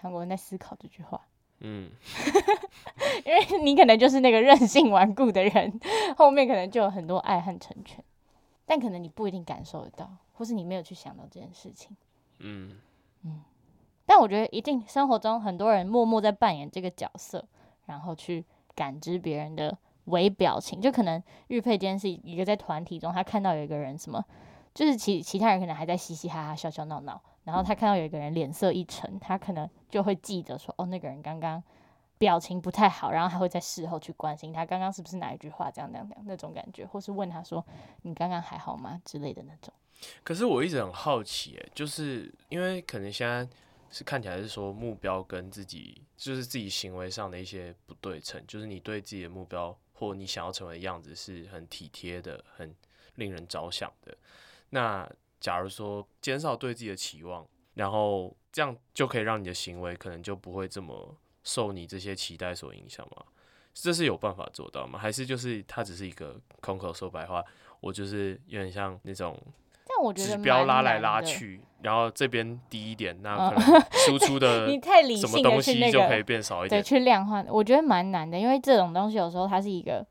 S1: 韩国人在思考这句话，
S2: 嗯，
S1: 因为 你可能就是那个任性顽固的人，后面可能就有很多爱恨成全，但可能你不一定感受得到，或是你没有去想到这件事情。
S2: 嗯，
S1: 但我觉得一定生活中很多人默默在扮演这个角色，然后去感知别人的微表情。就可能玉佩今天是一个在团体中，他看到有一个人什么，就是其其他人可能还在嘻嘻哈哈、笑笑闹闹，然后他看到有一个人脸色一沉，他可能就会记得说，哦，那个人刚刚表情不太好，然后他会在事后去关心他刚刚是不是哪一句话这样这样这样那种感觉，或是问他说你刚刚还好吗之类的那种。
S2: 可是我一直很好奇耶，就是因为可能现在是看起来是说目标跟自己就是自己行为上的一些不对称，就是你对自己的目标或你想要成为的样子是很体贴的，很令人着想的。那假如说减少对自己的期望，然后这样就可以让你的行为可能就不会这么受你这些期待所影响吗？这是有办法做到吗？还是就是它只是一个空口说白话？我就是有点像那种
S1: 但我觉得
S2: 指标
S1: 蛮
S2: 拉来
S1: 难
S2: 拉
S1: 的，
S2: 去，然后这边低一点，那
S1: 嗯
S2: 可 能输出
S1: 你
S2: 的
S1: 太理
S2: 什么
S1: 性
S2: 东
S1: 的去
S2: 西
S1: 那
S2: 就
S1: 个
S2: 可以变少一
S1: 对，
S2: 点。
S1: 去量化，我觉得蛮难的，因为这种东西有时候它是一个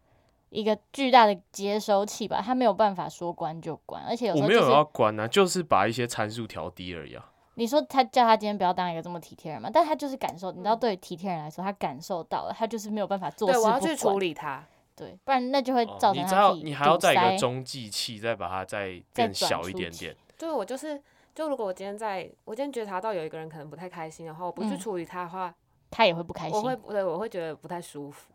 S1: 一个巨大的接收器吧，它没有办法说关就关，而且有时
S2: 我
S1: 候
S2: 没
S1: 就
S2: 有
S1: 是
S2: 要管啊，就是把一些参数调低而已啊。
S1: 你说他叫他今天不要当一个这么体贴人嘛，但他就是感受，你知道，对体贴人来说，他感受到了，他就是没有办法做
S3: 嗯对，
S1: 事
S3: 我要
S1: 不
S3: 去处
S1: 管，
S3: 理它。
S1: 对，不然那就会
S2: 哦
S1: 造
S2: 你
S1: 成
S2: 只
S1: 他
S2: 要
S1: 自己
S2: 你还要
S1: 堵
S2: 在一
S1: 塞
S2: 个中继器，再把它再
S1: 再转
S2: 变小一
S1: 出
S2: 点
S1: 去
S2: 点。
S3: 对，我就是，就如果我今天在，我今天觉察到有一个人可能不太开心的话，我不去
S1: 嗯
S3: 处理他的话，
S1: 他也会不开
S3: 我会
S1: 心，
S3: 对我会觉得不太舒服，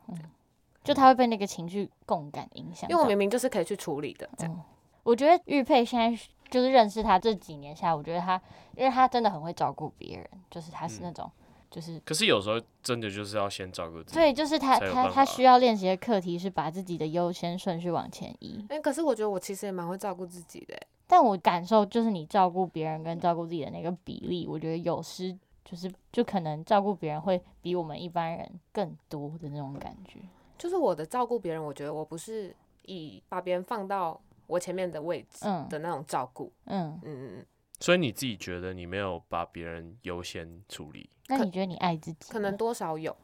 S1: 就他会被那个情绪共感影响到，
S3: 因为我明明就是可以去处理的，这样。
S1: 嗯，我觉得玉佩现在是就是认识他这几年下来，我觉得他，因为他真的很会照顾别人，就是他
S2: 嗯
S1: 是那种，就是
S2: 可是有时候真的就是要先照顾自己。
S1: 对，就是他
S2: 才有
S1: 他
S2: 办
S1: 他
S2: 法
S1: 需要练习的课题是把自己的优先顺序往前移。
S3: 哎、可是我觉得我其实也蛮会照顾自己的欸，
S1: 但我感受就是你照顾别人跟照顾自己的那个比例，我觉得有时就是就可能照顾别人会比我们一般人更多的那种感觉。
S3: 就是我的照顾别人，我觉得我不是以把别人放到我前面的位置
S1: 嗯
S3: 的那种照顾，
S1: 嗯，
S3: 嗯嗯嗯，
S2: 所以你自己觉得你没有把别人优先处理，
S1: 那
S3: 可
S1: 你觉得你爱自己吗？
S3: 可能多少 有，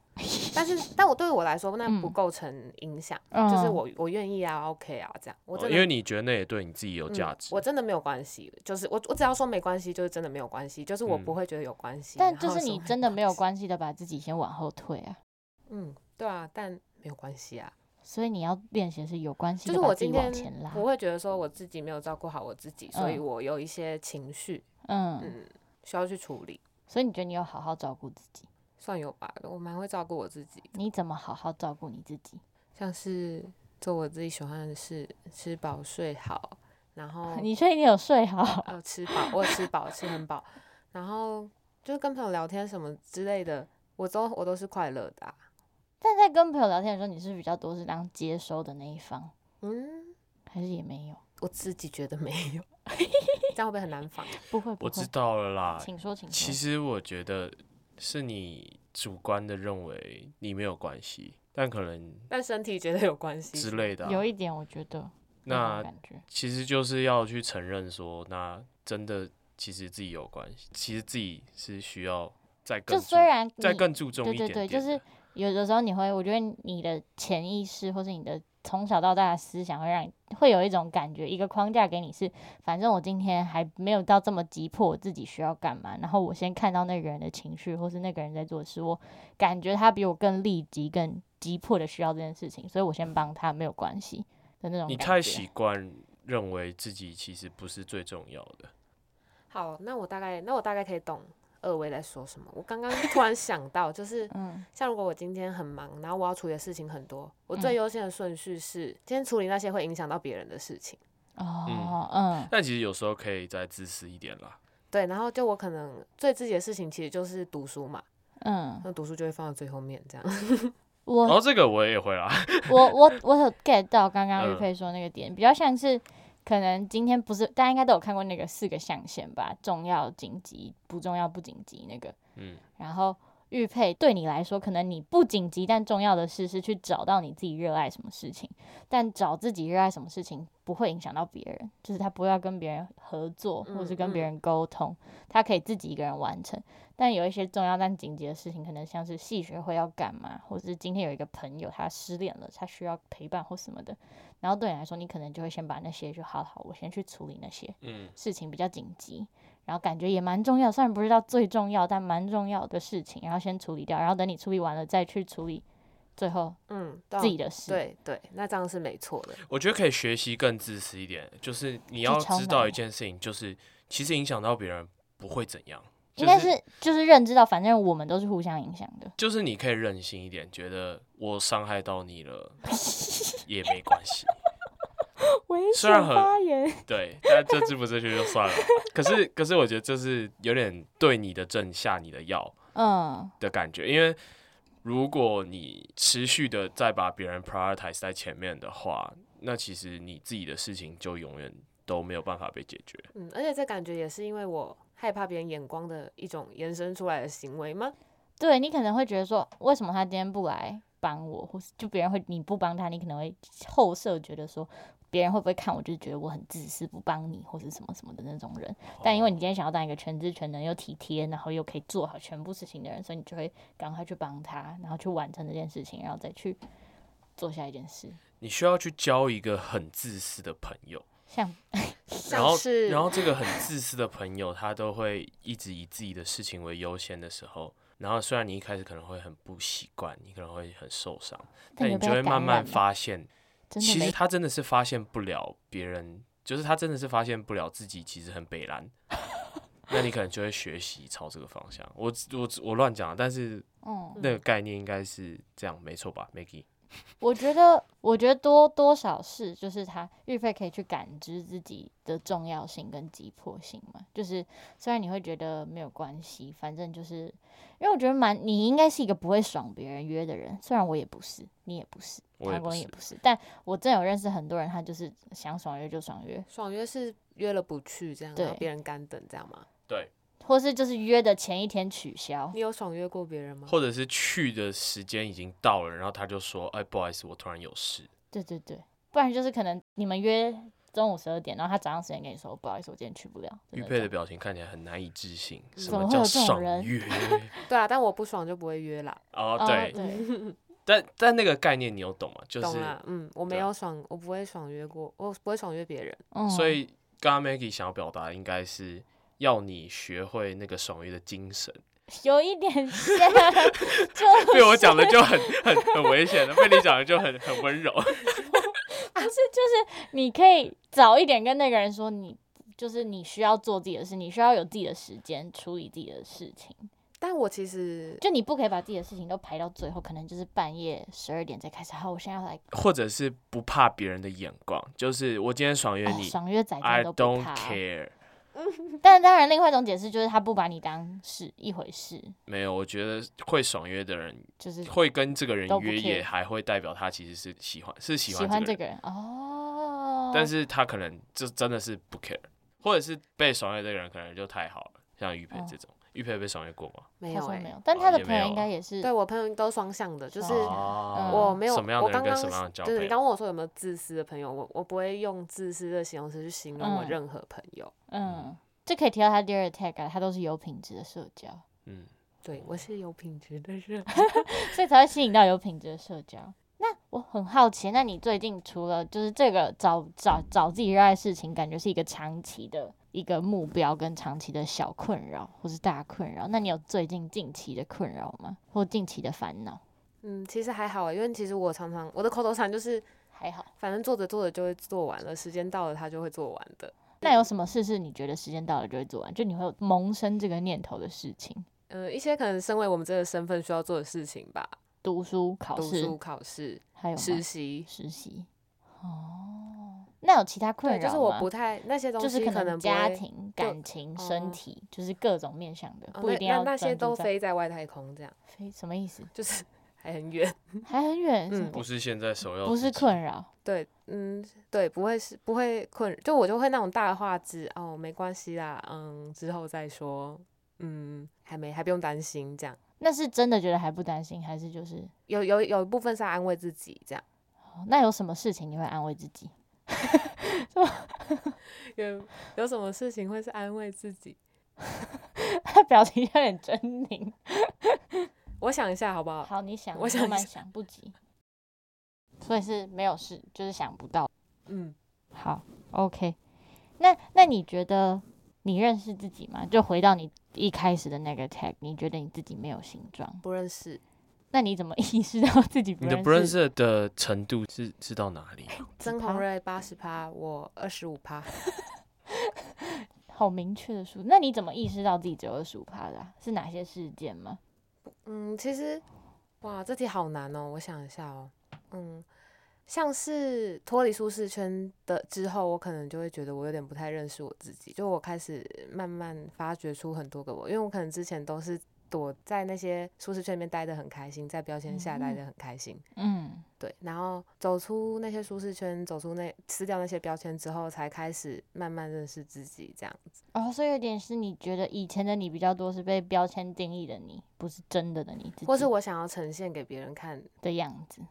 S3: 但是但我对我来说，那不
S1: 嗯
S3: 构成影响，
S1: 嗯
S3: 就是我我愿意啊，OK 啊，这样，我
S2: 哦
S3: 真的
S2: 因为你觉得那也对你自己有
S3: 嗯
S2: 价值。
S3: 我真的没有关系，就是我我只要说没关系，就是真的没有关系，就是我
S2: 嗯
S3: 不会觉得有关系。
S1: 但
S3: 然
S1: 就
S3: 后
S1: 是
S3: 什
S1: 你
S3: 么
S1: 真的没有
S3: 关
S1: 关系的把自己先往后退啊。
S3: 系，嗯，对啊，但没有关系啊，
S1: 所以你要练习的是有关系
S3: 就
S1: 的，
S3: 是
S1: 把
S3: 我
S1: 自己
S3: 今
S1: 往
S3: 天
S1: 前拉。
S3: 不会觉得说我自己没有照顾好我自己，所以
S1: 嗯
S3: 我有一些情绪，
S1: 嗯，
S3: 嗯，需要去处理，
S1: 所以你觉得你有好好照顾自己？
S3: 算有吧，我蛮会照顾我自己，
S1: 你怎么好好照顾你自己？
S3: 像是做我自己喜欢的事，吃饱睡好，然后
S1: 你确定你有睡好？
S3: 呃吃饱，我有吃饱吃很饱，然后就是跟朋友聊天什么之类的，我都我都是快乐的啊、
S1: 但在跟朋友聊天的时候，你是比较多是当接收的那一方，
S3: 嗯。
S1: 还是也没有？
S3: 我自己觉得没有， 这样会不会很难防？
S1: 不会，不
S2: 我
S1: 会
S2: 知，道了 啦，
S1: 请说，请说。
S2: 其实我觉得是你主观的认为你没有关系，但可能
S3: 但身体觉得有关系
S2: 之。类的啊、
S1: 有一点，我觉得那
S2: 那
S1: 种感觉，
S2: 其实就是要去承认说，那真的其实自己有关系，其实自己是需要再更
S1: 就
S2: 注
S1: 虽然
S2: 再
S1: 你
S2: 更注重
S1: 对
S2: 一点
S1: 对对，
S2: 点的，
S1: 就是有的时候你会，我觉得你的潜意识或是你的从小到大的思想会让你会有一种感觉，一个框架给你是，反正我今天还没有到这么急迫，我自己需要干嘛，然后我先看到那个人的情绪或是那个人在做事，我感觉他比我更立即、更急迫的需要这件事情，所以我先帮他没有关系的那种感觉。
S2: 你太习惯认为自己其实不是最重要的。
S3: 好，那我大概，那我大概可以懂二维在说什么。我刚刚突然想到，就是
S1: 嗯
S3: 像如果我今天很忙，然后我要处理的事情很多，我
S1: 嗯
S3: 最优先的顺序是今天处理那些会影响到别人的事情。
S1: 哦嗯
S2: 但其实有时候可以再自私一点啦。
S3: 对，然后就我可能最自己的事情其实就是读书嘛，
S1: 嗯，
S3: 那读书就会放到最后面这样。
S1: 我
S2: 然后这个我也会啦，
S1: 我我我有 get 到刚刚玉
S2: 嗯
S1: 佩说那个点，比较像是可能今天不是大家应该都有看过那个四个象限吧，重要紧急不重要不紧急那个，
S2: 嗯，
S1: 然后。玉佩对你来说，可能你不紧急但重要的事是去找到你自己热爱什么事情，但找自己热爱什么事情不会影响到别人，就是他不要跟别人合作
S3: 嗯
S1: 或是跟
S3: 嗯
S1: 别人沟通，他可以自己一个人完成。但有一些重要但紧急的事情，可能像是系学会要干嘛，或是今天有一个朋友他失恋了，他需要陪伴或什么的，然后对你来说，你可能就会先把那些就好好，我先去处理那些，
S2: 嗯
S1: 事情比较紧急，然后感觉也蛮重要，虽然不是到最重要，但蛮重要的事情，然后先处理掉，然后等你处理完了再去处理最后
S3: 嗯，
S1: 自己的事。，
S3: 对对，那这样是没错的。
S2: 我觉得可以学习更自私一点，就是你
S1: 这
S2: 要
S1: 超
S2: 知
S1: 难
S2: 道
S1: 欸
S2: 一件事情，就是其实影响到别人不会怎样，就
S1: 应该是就是认知到，反正我们都是互相影响的。
S2: 就是你可以任性一点，觉得我伤害到 你了也没关系。
S1: 危
S2: 虽然很
S1: 言，
S2: 对，但这支不正确就算了。可是，可是我觉得这是有点对你的症下你的药
S1: 嗯，
S2: 的感觉，因为如果你持续的再把别人 prioritize 在前面的话，那其实你自己的事情就永远都没有办法被解决。
S3: 嗯，而且这感觉也是因为我害怕别人眼光的一种延伸出来的行为吗？
S1: 对你可能会觉得说，为什么他今天不来帮我，或是就别人会你不帮他，你可能会后设觉得说。别人会不会看我，就是觉得我很自私，不帮你或是什么什么的那种人。
S2: 哦
S1: 但因为你今天想要当一个全知全能又体贴，然后又可以做好全部事情的人，所以你就会赶快去帮他，然后去完成这件事情，然后再去做下一件事。
S2: 你需要去交一个很自私的朋友，
S1: 像
S2: 然后
S3: 像是，
S2: 然后这个很自私的朋友，他都会一直以自己的事情为优先的时候，然后虽然你一开始可能会很不习惯，你可能会很受伤，
S1: 但
S2: 但你
S1: 有被
S2: 就会
S1: 他
S2: 慢
S1: 感
S2: 慢
S1: 染了，
S2: 发现，
S1: 真的
S2: 其实
S1: 没
S2: 他真的是发现不了别人，就是他真的是发现不了自己其实很北 蓝。那你可能就会学习朝这个方向。我我我乱讲啊，但是
S1: 嗯。
S2: 那个概念应该是这样，没错吧，Maggie？
S1: 我觉得，我觉得多多少是，就是他玉佩可以去感知自己的重要性跟急迫性嘛。就是虽然你会觉得没有关系，反正就是因为我觉得蛮，你应该是一个不会爽别人约的人。虽然我也不是，你也不是，
S2: 我也
S1: 韩
S2: 不
S1: 国人也
S2: 是，
S1: 不是，但我真有认识很多人，他就是想爽约就爽约，
S3: 爽约是约了不去这样，然后
S1: 对
S3: 别人干等这样吗？
S2: 对，
S1: 或是就是约的前一天取消。
S3: 你有爽约过别人吗？
S2: 或者是去的时间已经到了，然后他就说：“哎，不好意思，我突然有事。”
S1: 对对对，不然就是可能你们约中午十二点，然后他早上十点跟你说不好意思，我今天去不了。
S2: 玉
S1: 那
S2: 佩的
S1: 种
S2: 表情看起来很难以置信，什
S1: 怎么
S2: 么
S1: 会
S2: 叫
S1: 有这种
S2: 爽
S1: 人
S2: 约？
S3: 对啊，但我不爽就不会约啦，
S2: 哦，
S1: 哦
S2: 对，
S1: 对，
S2: 但但那个概念你有懂吗？就
S3: 懂
S2: 是
S3: 啦。嗯，我没
S2: 对啊
S3: 有爽，我不会爽约过，我不会爽约别人。
S1: 嗯
S2: 所以刚刚 Maggie 想要表达的应该是要你学会那个爽约的 精神，
S1: 有一点像，就
S2: 被我讲的就很很很危险的，被你讲的就很很温柔。
S1: 不是就是你可以早一点跟那个人说你。就是你需要做自己的事，你需要有自己的时间处理自己的事情。
S3: 但我其实
S1: 就你不可以把自己的事情都排到最后，可能就是半夜十二点才开始。好，我现在要来
S2: 或者是不怕别人的眼光，就是我今天爽约
S1: 哦，
S2: 你、
S1: 爽约仔真
S2: i
S1: 的都不
S2: don't
S1: 怕、啊。
S2: care。
S1: 但当然，另外一种解释就是他不把你当是一回事，
S2: 没有，我觉得会爽约的人，
S1: 就是
S2: 会跟这个人
S1: 都不
S2: 约，也
S1: care
S2: 还会代表他其实是喜欢，是喜
S1: 喜
S2: 欢
S1: 欢
S2: 这个人
S1: 这。个人哦。
S2: 但是他可能就真的是不 care，或者是被爽约这个人可能就太好了，像玉佩
S1: 哦
S2: 这种，玉佩被爽约过吗？
S3: 没
S1: 他
S3: 有
S1: 说
S3: 哎、
S1: 没有，但
S2: 哦
S1: 他的
S2: 也
S1: 朋
S2: 没
S1: 友
S2: 有
S1: 应
S2: 啊
S1: 该也是
S3: 对我朋友都双向的，就是
S1: 哦嗯
S3: 我没有，
S2: 什么样
S3: 我
S2: 的人
S3: 刚
S2: 跟
S3: 刚
S2: 什么样的交
S3: 对
S2: 配啊
S3: 你刚问我说有没有自私的朋友，我我不会用自私的形容词去形容我
S1: 嗯
S3: 任何朋友。
S1: 嗯，这可以提到他第二个 tag，、啊、他都是有品质的社交，
S2: 嗯，
S3: 对我是有品质的人，
S1: 所以才会吸引到有品质的社交。那我很好奇，那你最近除了就是这个找找找自己热爱的事情，感觉是一个长期的一个目标跟长期的小困扰或是大困扰，那你有最近近期的困扰吗？或近期的烦恼？
S3: 嗯，其实还好欸，因为其实我常常我的口头禅就是，
S1: 还好。
S3: 反正做着做着就会做完了，时间到了它就会做完的。
S1: 那有什么事是你觉得时间到了就会做完，就你会有萌生这个念头的事情？
S3: 嗯，一些可能身为我们这个身份需要做的事情吧，
S1: 读书、考
S3: 读书、
S1: 试，
S3: 考试、
S1: 还有吗
S3: 实习，
S1: 实习。哦，那有其他困
S3: 对，
S1: 扰
S3: 就是我不太那些东
S1: 就
S3: 西
S1: 是可能
S3: 能不
S1: 家
S3: 会，
S1: 庭、感情、身
S3: 哦
S1: 体，就是各种面向的，
S3: 哦
S1: 不一
S3: 那
S1: 定要
S3: 那那些
S1: 专注
S3: 都
S1: 在
S3: 飞在外太空，这样
S1: 飞什么意思？
S3: 就是 还很远。
S1: 还很远，什
S3: 嗯
S1: 么
S2: 不是现在首要，
S1: 不是困，扰，
S3: 对，嗯，对，不会是不会困，就我就会那种大话之哦，没关系啦，嗯，之后再说，嗯，还没还不用担心这样，
S1: 那是真的觉得还不担心，还是就是
S3: 有有有一部分是在安慰自己，这样
S1: 哦那有什么事情你会安慰自己？
S3: 有有什么事情会是安慰自己？
S1: 他表情有点狰狞。
S3: 我想一下好不好？
S1: 好，你想，
S3: 哦我想
S1: 慢慢
S3: 一下
S1: 想，不急。所以是没有事，就是想不到。
S3: 嗯，
S1: 好，OK 那。那你觉得你认识自己吗？就回到你一开始的那个 tag，你觉得你自己没有形状，
S3: 不认识，
S1: 那你怎么意识到自己
S2: 你的不认识的程度是是到哪里啊？
S3: 曾红瑞八十趴，我二十五趴。
S1: 好明确的数？那你怎么意识到自己只有二十五趴的啊、是哪些事件吗？
S3: 嗯，其实哇，这题好难哦，我想一下哦，嗯，像是脱离舒适圈的之后，我可能就会觉得我有点不太认识我自己，就我开始慢慢发掘出很多个我，因为我可能之前都是躲在那些舒适圈里面待得很开心，在标签下待得很开心，
S1: 嗯，
S3: 对，然后走出那些舒适圈，走出那撕掉那些标签之后，才开始慢慢认识自己，这样。
S1: 哦，所以有点是你觉得以前的你比较多是被标签定义的你，不是真的的你自己，
S3: 或是我想要呈现给别人看，
S1: 的样子。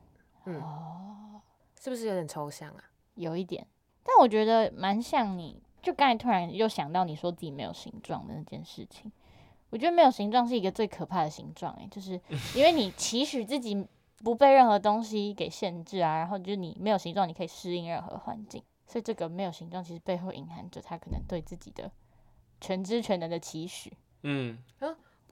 S3: 嗯
S1: 哦，
S3: 是不是有点抽象啊？
S1: 有一点，但我觉得蛮像你，就刚才突然又想到你说自己没有形状的那件事情。我觉得没有形状是一个最可怕的形状，哎，就是因为你期许自己不被任何东西给限制啊，然后就是你没有形状，你可以适应任何环境，所以这个没有形状其实背后隐含着他可能对自己的全知全能的期许。
S2: 嗯，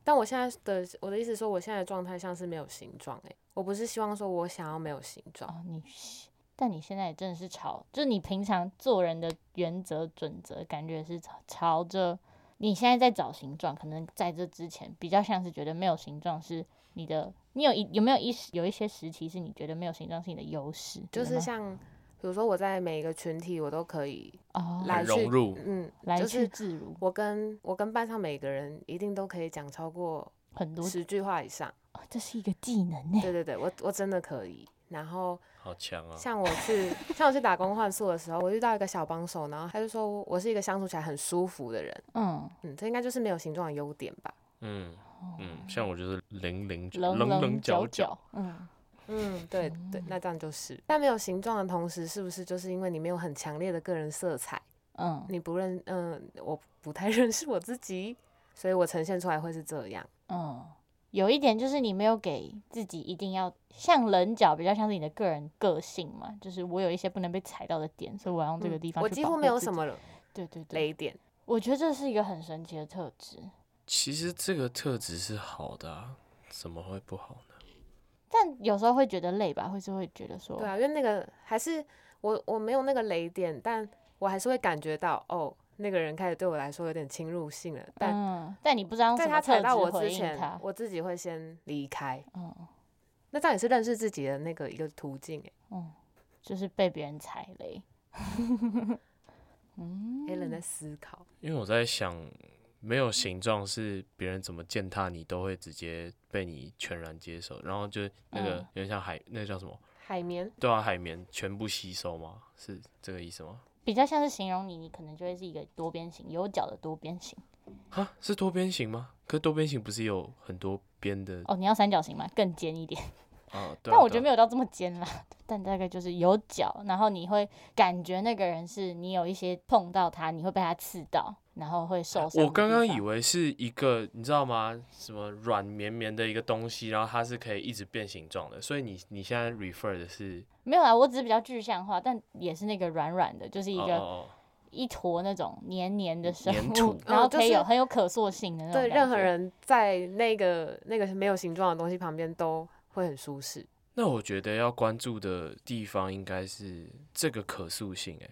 S3: 但我现在的我的意思是说，我现在的状态像是没有形状诶、我不是希望说我想要没有形状，
S1: 哦，你是，但你现在也真的是朝，就是你平常做人的原则准则，感觉是朝朝着你现在在找形状，可能在这之前比较像是觉得没有形状是你的，你有一有没有一时有一些时期是你觉得没有形状是你的优势，
S3: 就
S1: 有
S3: 是
S1: 吗
S3: 像比如说我在每一个群体我都可以
S1: 哦
S3: 来
S2: 很
S3: 去
S2: 融入
S3: 嗯，
S1: 来
S3: 就
S1: 去
S3: 是
S1: 自如
S3: 我跟我跟班上每个人一定都可以讲超过
S1: 很多，
S3: 十句话以上，
S1: 哦这是一个技能呢。
S3: 对对对，我我真的可以。然后
S2: 好强啊！
S3: 像我去像我去打工换宿的时候，我遇到一个小帮手，然后他就说我是一个相处起来很舒服的人，
S1: 嗯，
S3: 嗯，这应该就是没有形状的优点吧，
S2: 嗯嗯，像我就是零零
S1: 哦棱
S2: 棱
S1: 棱
S2: 角
S1: 角，嗯，
S3: 嗯，对对，
S1: 哦
S3: 那这样就是。但没有形状的同时，是不是就是因为你没有很强烈的个人色彩，
S1: 嗯
S3: 你不认，嗯、我不太 认识我自己，所以我呈现出来会是这样。
S1: 嗯，有一点就是你没有给自己一定要像棱角，比较像是你的个人个性嘛，就是我有一些不能被踩到的点，所以我要用这个
S3: 嗯
S1: 地方、
S3: 我几乎没有什。么
S1: 对对对，
S3: 雷点，
S1: 我觉得这是一个很神奇的特质，
S2: 其实这个特质是好的啊，怎么会不好呢？
S1: 但有时候会觉得累吧，或是会觉得说，
S3: 对啊，因为那个还是我我没有那个雷点，但我还是会感觉到，哦，那个人开始对我来说有点侵入性了，但。
S1: 嗯，但你不知道用
S3: 在
S1: 什
S3: 他
S1: 么
S3: 踩
S1: 特
S3: 到
S1: 质
S3: 我
S1: 回
S3: 之
S1: 应
S3: 前
S1: 他，，
S3: 我自己会先离开。
S1: 嗯
S3: 那这样也是认识自己的那个一个途径欸。
S1: 嗯，就是被别人踩雷。嗯
S3: a l n 在思考，
S2: 因为我在想，没有形状是别人怎么践踏你都会直接被你全然接受，然后就是那个
S1: 嗯
S2: 有点像海，那个叫什么？
S3: 海绵
S2: 对啊，海绵全部吸收吗？是这个意思吗？
S1: 比较像是形容你，你可能就会是一个多边形，有角的多边形。
S2: 哈，是多边形吗？可是多边形不是有很多边的
S1: 哦，你要三角形嘛，更尖一点。
S2: 啊？对啊
S1: 但我觉得
S2: 对
S1: 没
S2: 啊
S1: 有到这么尖啦，但大概就是有角，然后你会感觉那个人是你有一些碰到他，你会被他刺到，然后会受伤。
S2: 我刚刚以
S1: 为，
S2: 为是一个，你知道吗？什么软绵绵的一个东西，然后它是可以一直变形状的，所以你你现在 refer 的是
S1: 没有啦，我只是比较具象化，但也是那个软软的，就是一
S2: 哦
S1: 个
S2: 哦
S1: 一坨那种黏黏的生
S2: 黏
S1: 物
S2: 土，
S1: 然后
S3: 哦就
S1: 可以有
S3: 是
S1: 很有可塑性的那种。
S3: 对任何，人在那个那个没有形状的东西旁边都会很舒适。
S2: 那我觉得要关注的地方应该是这个可塑性、欸，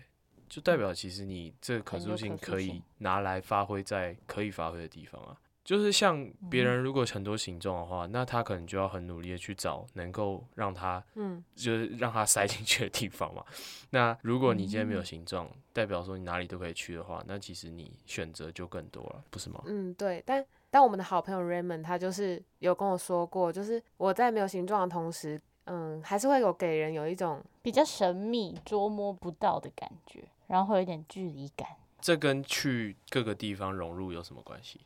S2: 就代表其实你这个可
S1: 嗯很有
S2: 塑性
S1: 可塑
S2: 可以
S1: 性
S2: 拿来发挥在可以发挥的地方啊。就是像
S1: 嗯
S2: 别人如果很多形状的话，那他可能就要很努力的去找能够让他
S3: 嗯，
S2: 就是让它塞进去的地方嘛。那如果你今天没有
S1: 嗯
S2: 形状，代表说你哪里都可以去的话，那其实你选择就更多了，不是吗？
S3: 嗯，对，但但我们的好朋友 Raymond 他就是有跟我说过，就是我在没有形状的同时，嗯，还是会有给人有一种
S1: 比较神秘、捉摸不到的感觉，然后会有点距离感。
S2: 这跟去各个地方融入有什么关系？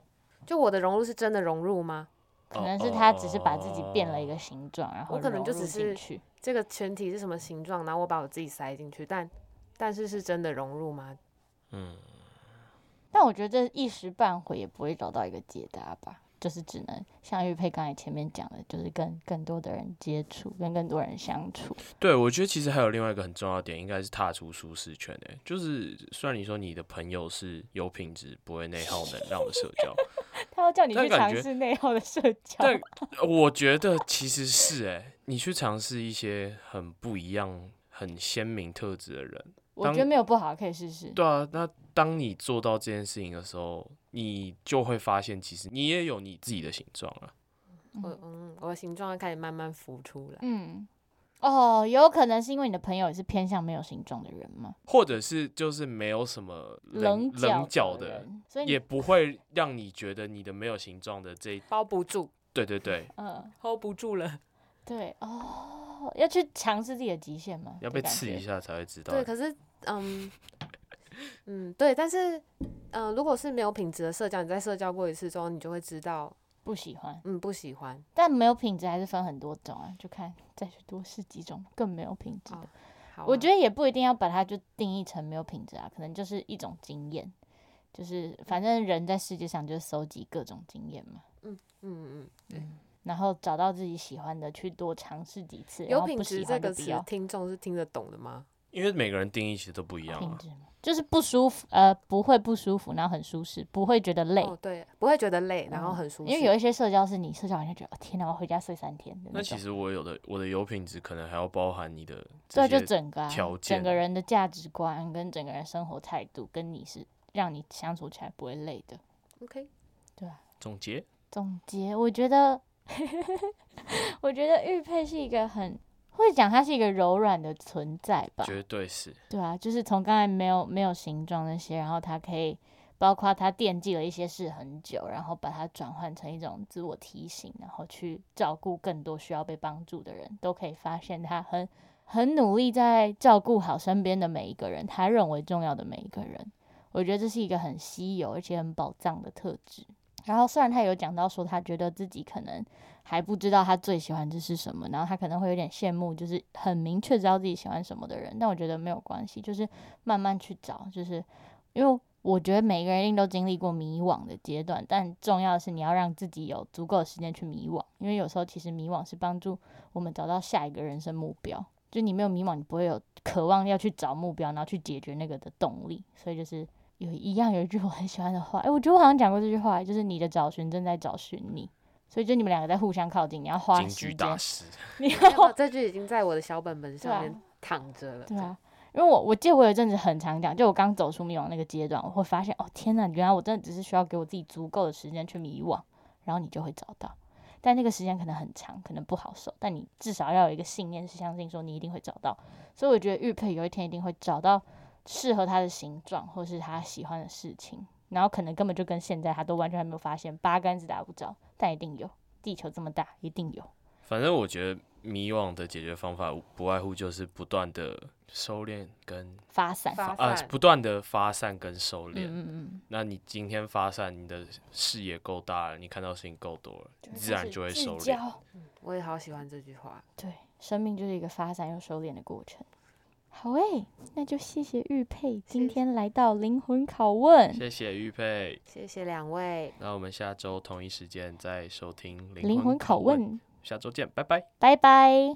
S3: 就我的融入是真的融入吗？
S1: 可
S2: 哦
S1: 能是
S2: 哦
S1: 他只是把自己变了一个形状，然后
S3: 我可能
S1: 融
S3: 就
S1: 入
S3: 只
S1: 进
S3: 是
S1: 去。
S3: 这个全体是什么形状，然后我把我自己塞进去，但但是是真的融入吗？
S2: 嗯，
S1: 但我觉得这一时半会也不会找到一个解答吧，就是只能像玉佩刚才前面讲的，就是跟更多的人接触，跟更多人相处。
S2: 对，我觉得其实还有另外一个很重要的点，应该是踏出舒适圈诶、就是虽然你说你的朋友是有品质、不会内耗、能让的社交，
S1: 他要叫你
S2: 但
S1: 去
S2: 感
S1: 尝
S2: 觉
S1: 试内耗的社交，
S2: 但呃我觉得其实是哎、你去尝试一些很不一样、很鲜明特质的人。
S1: 我觉得
S2: 当
S1: 没有不好，可以试试。
S2: 对啊，那当你做到这件事情的时候，你就会发现，其实你也有你自己的形状啊了。
S3: 我嗯，我的形状要开始慢慢浮出来。
S1: 嗯，哦，有可能是因为你的朋友也是偏向没有形状的人嘛，
S2: 或者是就是没有什么
S1: 棱
S2: 棱角
S1: 角
S2: 的，
S1: 人，所以
S2: 也
S1: 你
S2: 不会让你觉得你的没有形状的这一
S3: 包不住
S2: 对对对，
S1: 嗯，
S3: ，hold 不住了。
S1: 对哦，要去尝试自己的极限嘛，
S2: 要
S1: 的
S2: 被
S1: 感
S2: 刺一
S1: 觉。
S2: 下才会知道。
S3: 对，可是嗯嗯，对，但是嗯、呃如果是没有品质的社交，你在社交过一次之后，你就会知道，
S1: 不喜欢，
S3: 嗯，不喜欢。
S1: 但没有品质还是分很多种啊，就看再去多试几种更没有品质的。
S3: 哦好啊、
S1: 我觉得也不一定要把它就定义成没有品质啊，可能就是一种经验，就是反正人在世界上就是搜集各种经验嘛，
S3: 嗯
S1: 然后找到自己喜欢的去多尝试几次，
S3: 嗯，
S1: 然
S3: 有
S1: 后
S3: 品
S1: 不
S3: 质
S1: 喜
S3: 这
S1: 欢
S3: 个
S1: 就不
S3: 词
S1: 要，。
S3: 听众是听得懂的吗？
S2: 因为每个人定义其实都不一样
S1: 品
S2: 啊。
S1: 质嘛就是不舒服，呃，不会不舒服，然后很舒适，不会觉得累，
S3: 哦，对，不会觉得累，然后
S1: 嗯
S3: 很舒适。
S1: 因为有一些社交是你社交完就觉得，哦天哪，我回家睡三天的
S2: 那
S1: 种
S2: 其。实我有的我的有品质可能还要包含你的
S1: 对，
S2: 这
S1: 就
S2: 些
S1: 整个、啊、
S2: 条
S1: 整个
S2: 件
S1: 人的价值观跟整个人生活态度，跟你是让你相处起来不会累的。
S3: OK，
S2: 总结。
S1: 总结，我觉得， 我觉得玉佩是一个很会讲，它是一个柔软的存在吧。
S2: 绝对是，
S1: 对啊，就是从刚才没有没有形状那些，然后它可以包括它惦记了一些事很久，然后把它转换成一种自我提醒，然后去照顾更多需要被帮助的人，都可以发现他很很努力在照顾好身边的每一个人，他认为重要的每一个人。我觉得这是一个很稀有而且很宝藏的特质。然后虽然他有讲到说他觉得自己可能还不知道他最喜欢的是什么，然后他可能会有点羡慕，就是很明确知道自己喜欢什么的人。但我觉得没有关系，就是慢慢去找，就是因为我觉得每个人一定都经历过迷惘的阶段，但重要的是你要让自己有足够的时间去迷惘，因为有时候其实迷惘是帮助我们找到下一个人生目标。就你没有迷惘，你不会有渴望要去找目标，然后去解决那个的动力。所以就是有一样有一句我很喜欢的话，哎诶，我觉得我好像讲过这句话，就是你的找寻正在找寻你。所以就你们两个在互相靠近，你要花
S2: 京
S1: 时
S2: 剧
S1: 间
S2: 大，师，
S1: 你
S3: 没
S1: 要
S3: 有没有这句已经在我的小本本
S1: 对
S3: 上
S1: 啊
S3: 面躺着了。
S1: 对啊，因为我我记得我有一阵子很常讲，就我刚走出迷惘那个阶段，我会发现哦天呐，原来我真的只是需要给我自己足够的时间去迷惘，然后你就会找到。但那个时间可能很长，可能不好受，但你至少要有一个信念，是相信说你一定会找到。所以我觉得玉佩有一天一定会找到适合她的形状，或是她喜欢的事情，然后可能根本就跟现在她都完全还没有发现，八竿子打不着，但一定有。地球这么大，一定有。
S2: 反正我觉得迷惘的解决方法不外乎就是不断的收敛跟
S1: 发散，
S3: 发
S2: 啊、
S3: 散
S2: 不断的发散跟收
S1: 嗯
S2: 敛。
S1: 嗯嗯，
S2: 那你今天发散，你的视野够大了，你看到事情够多了，你自然就会收敛。
S1: 敛。
S3: 我也好喜欢这句话。
S1: 对，生命就是一个发散又收敛的过程。好诶、那就谢谢玉佩今
S3: 谢谢
S1: 天来到灵魂拷问，
S2: 谢谢玉佩，
S3: 谢谢两位，
S2: 那我们下周同一时间再收听
S1: 灵魂
S2: 拷
S1: 拷，问，
S2: 下周见，拜拜。
S1: 拜拜。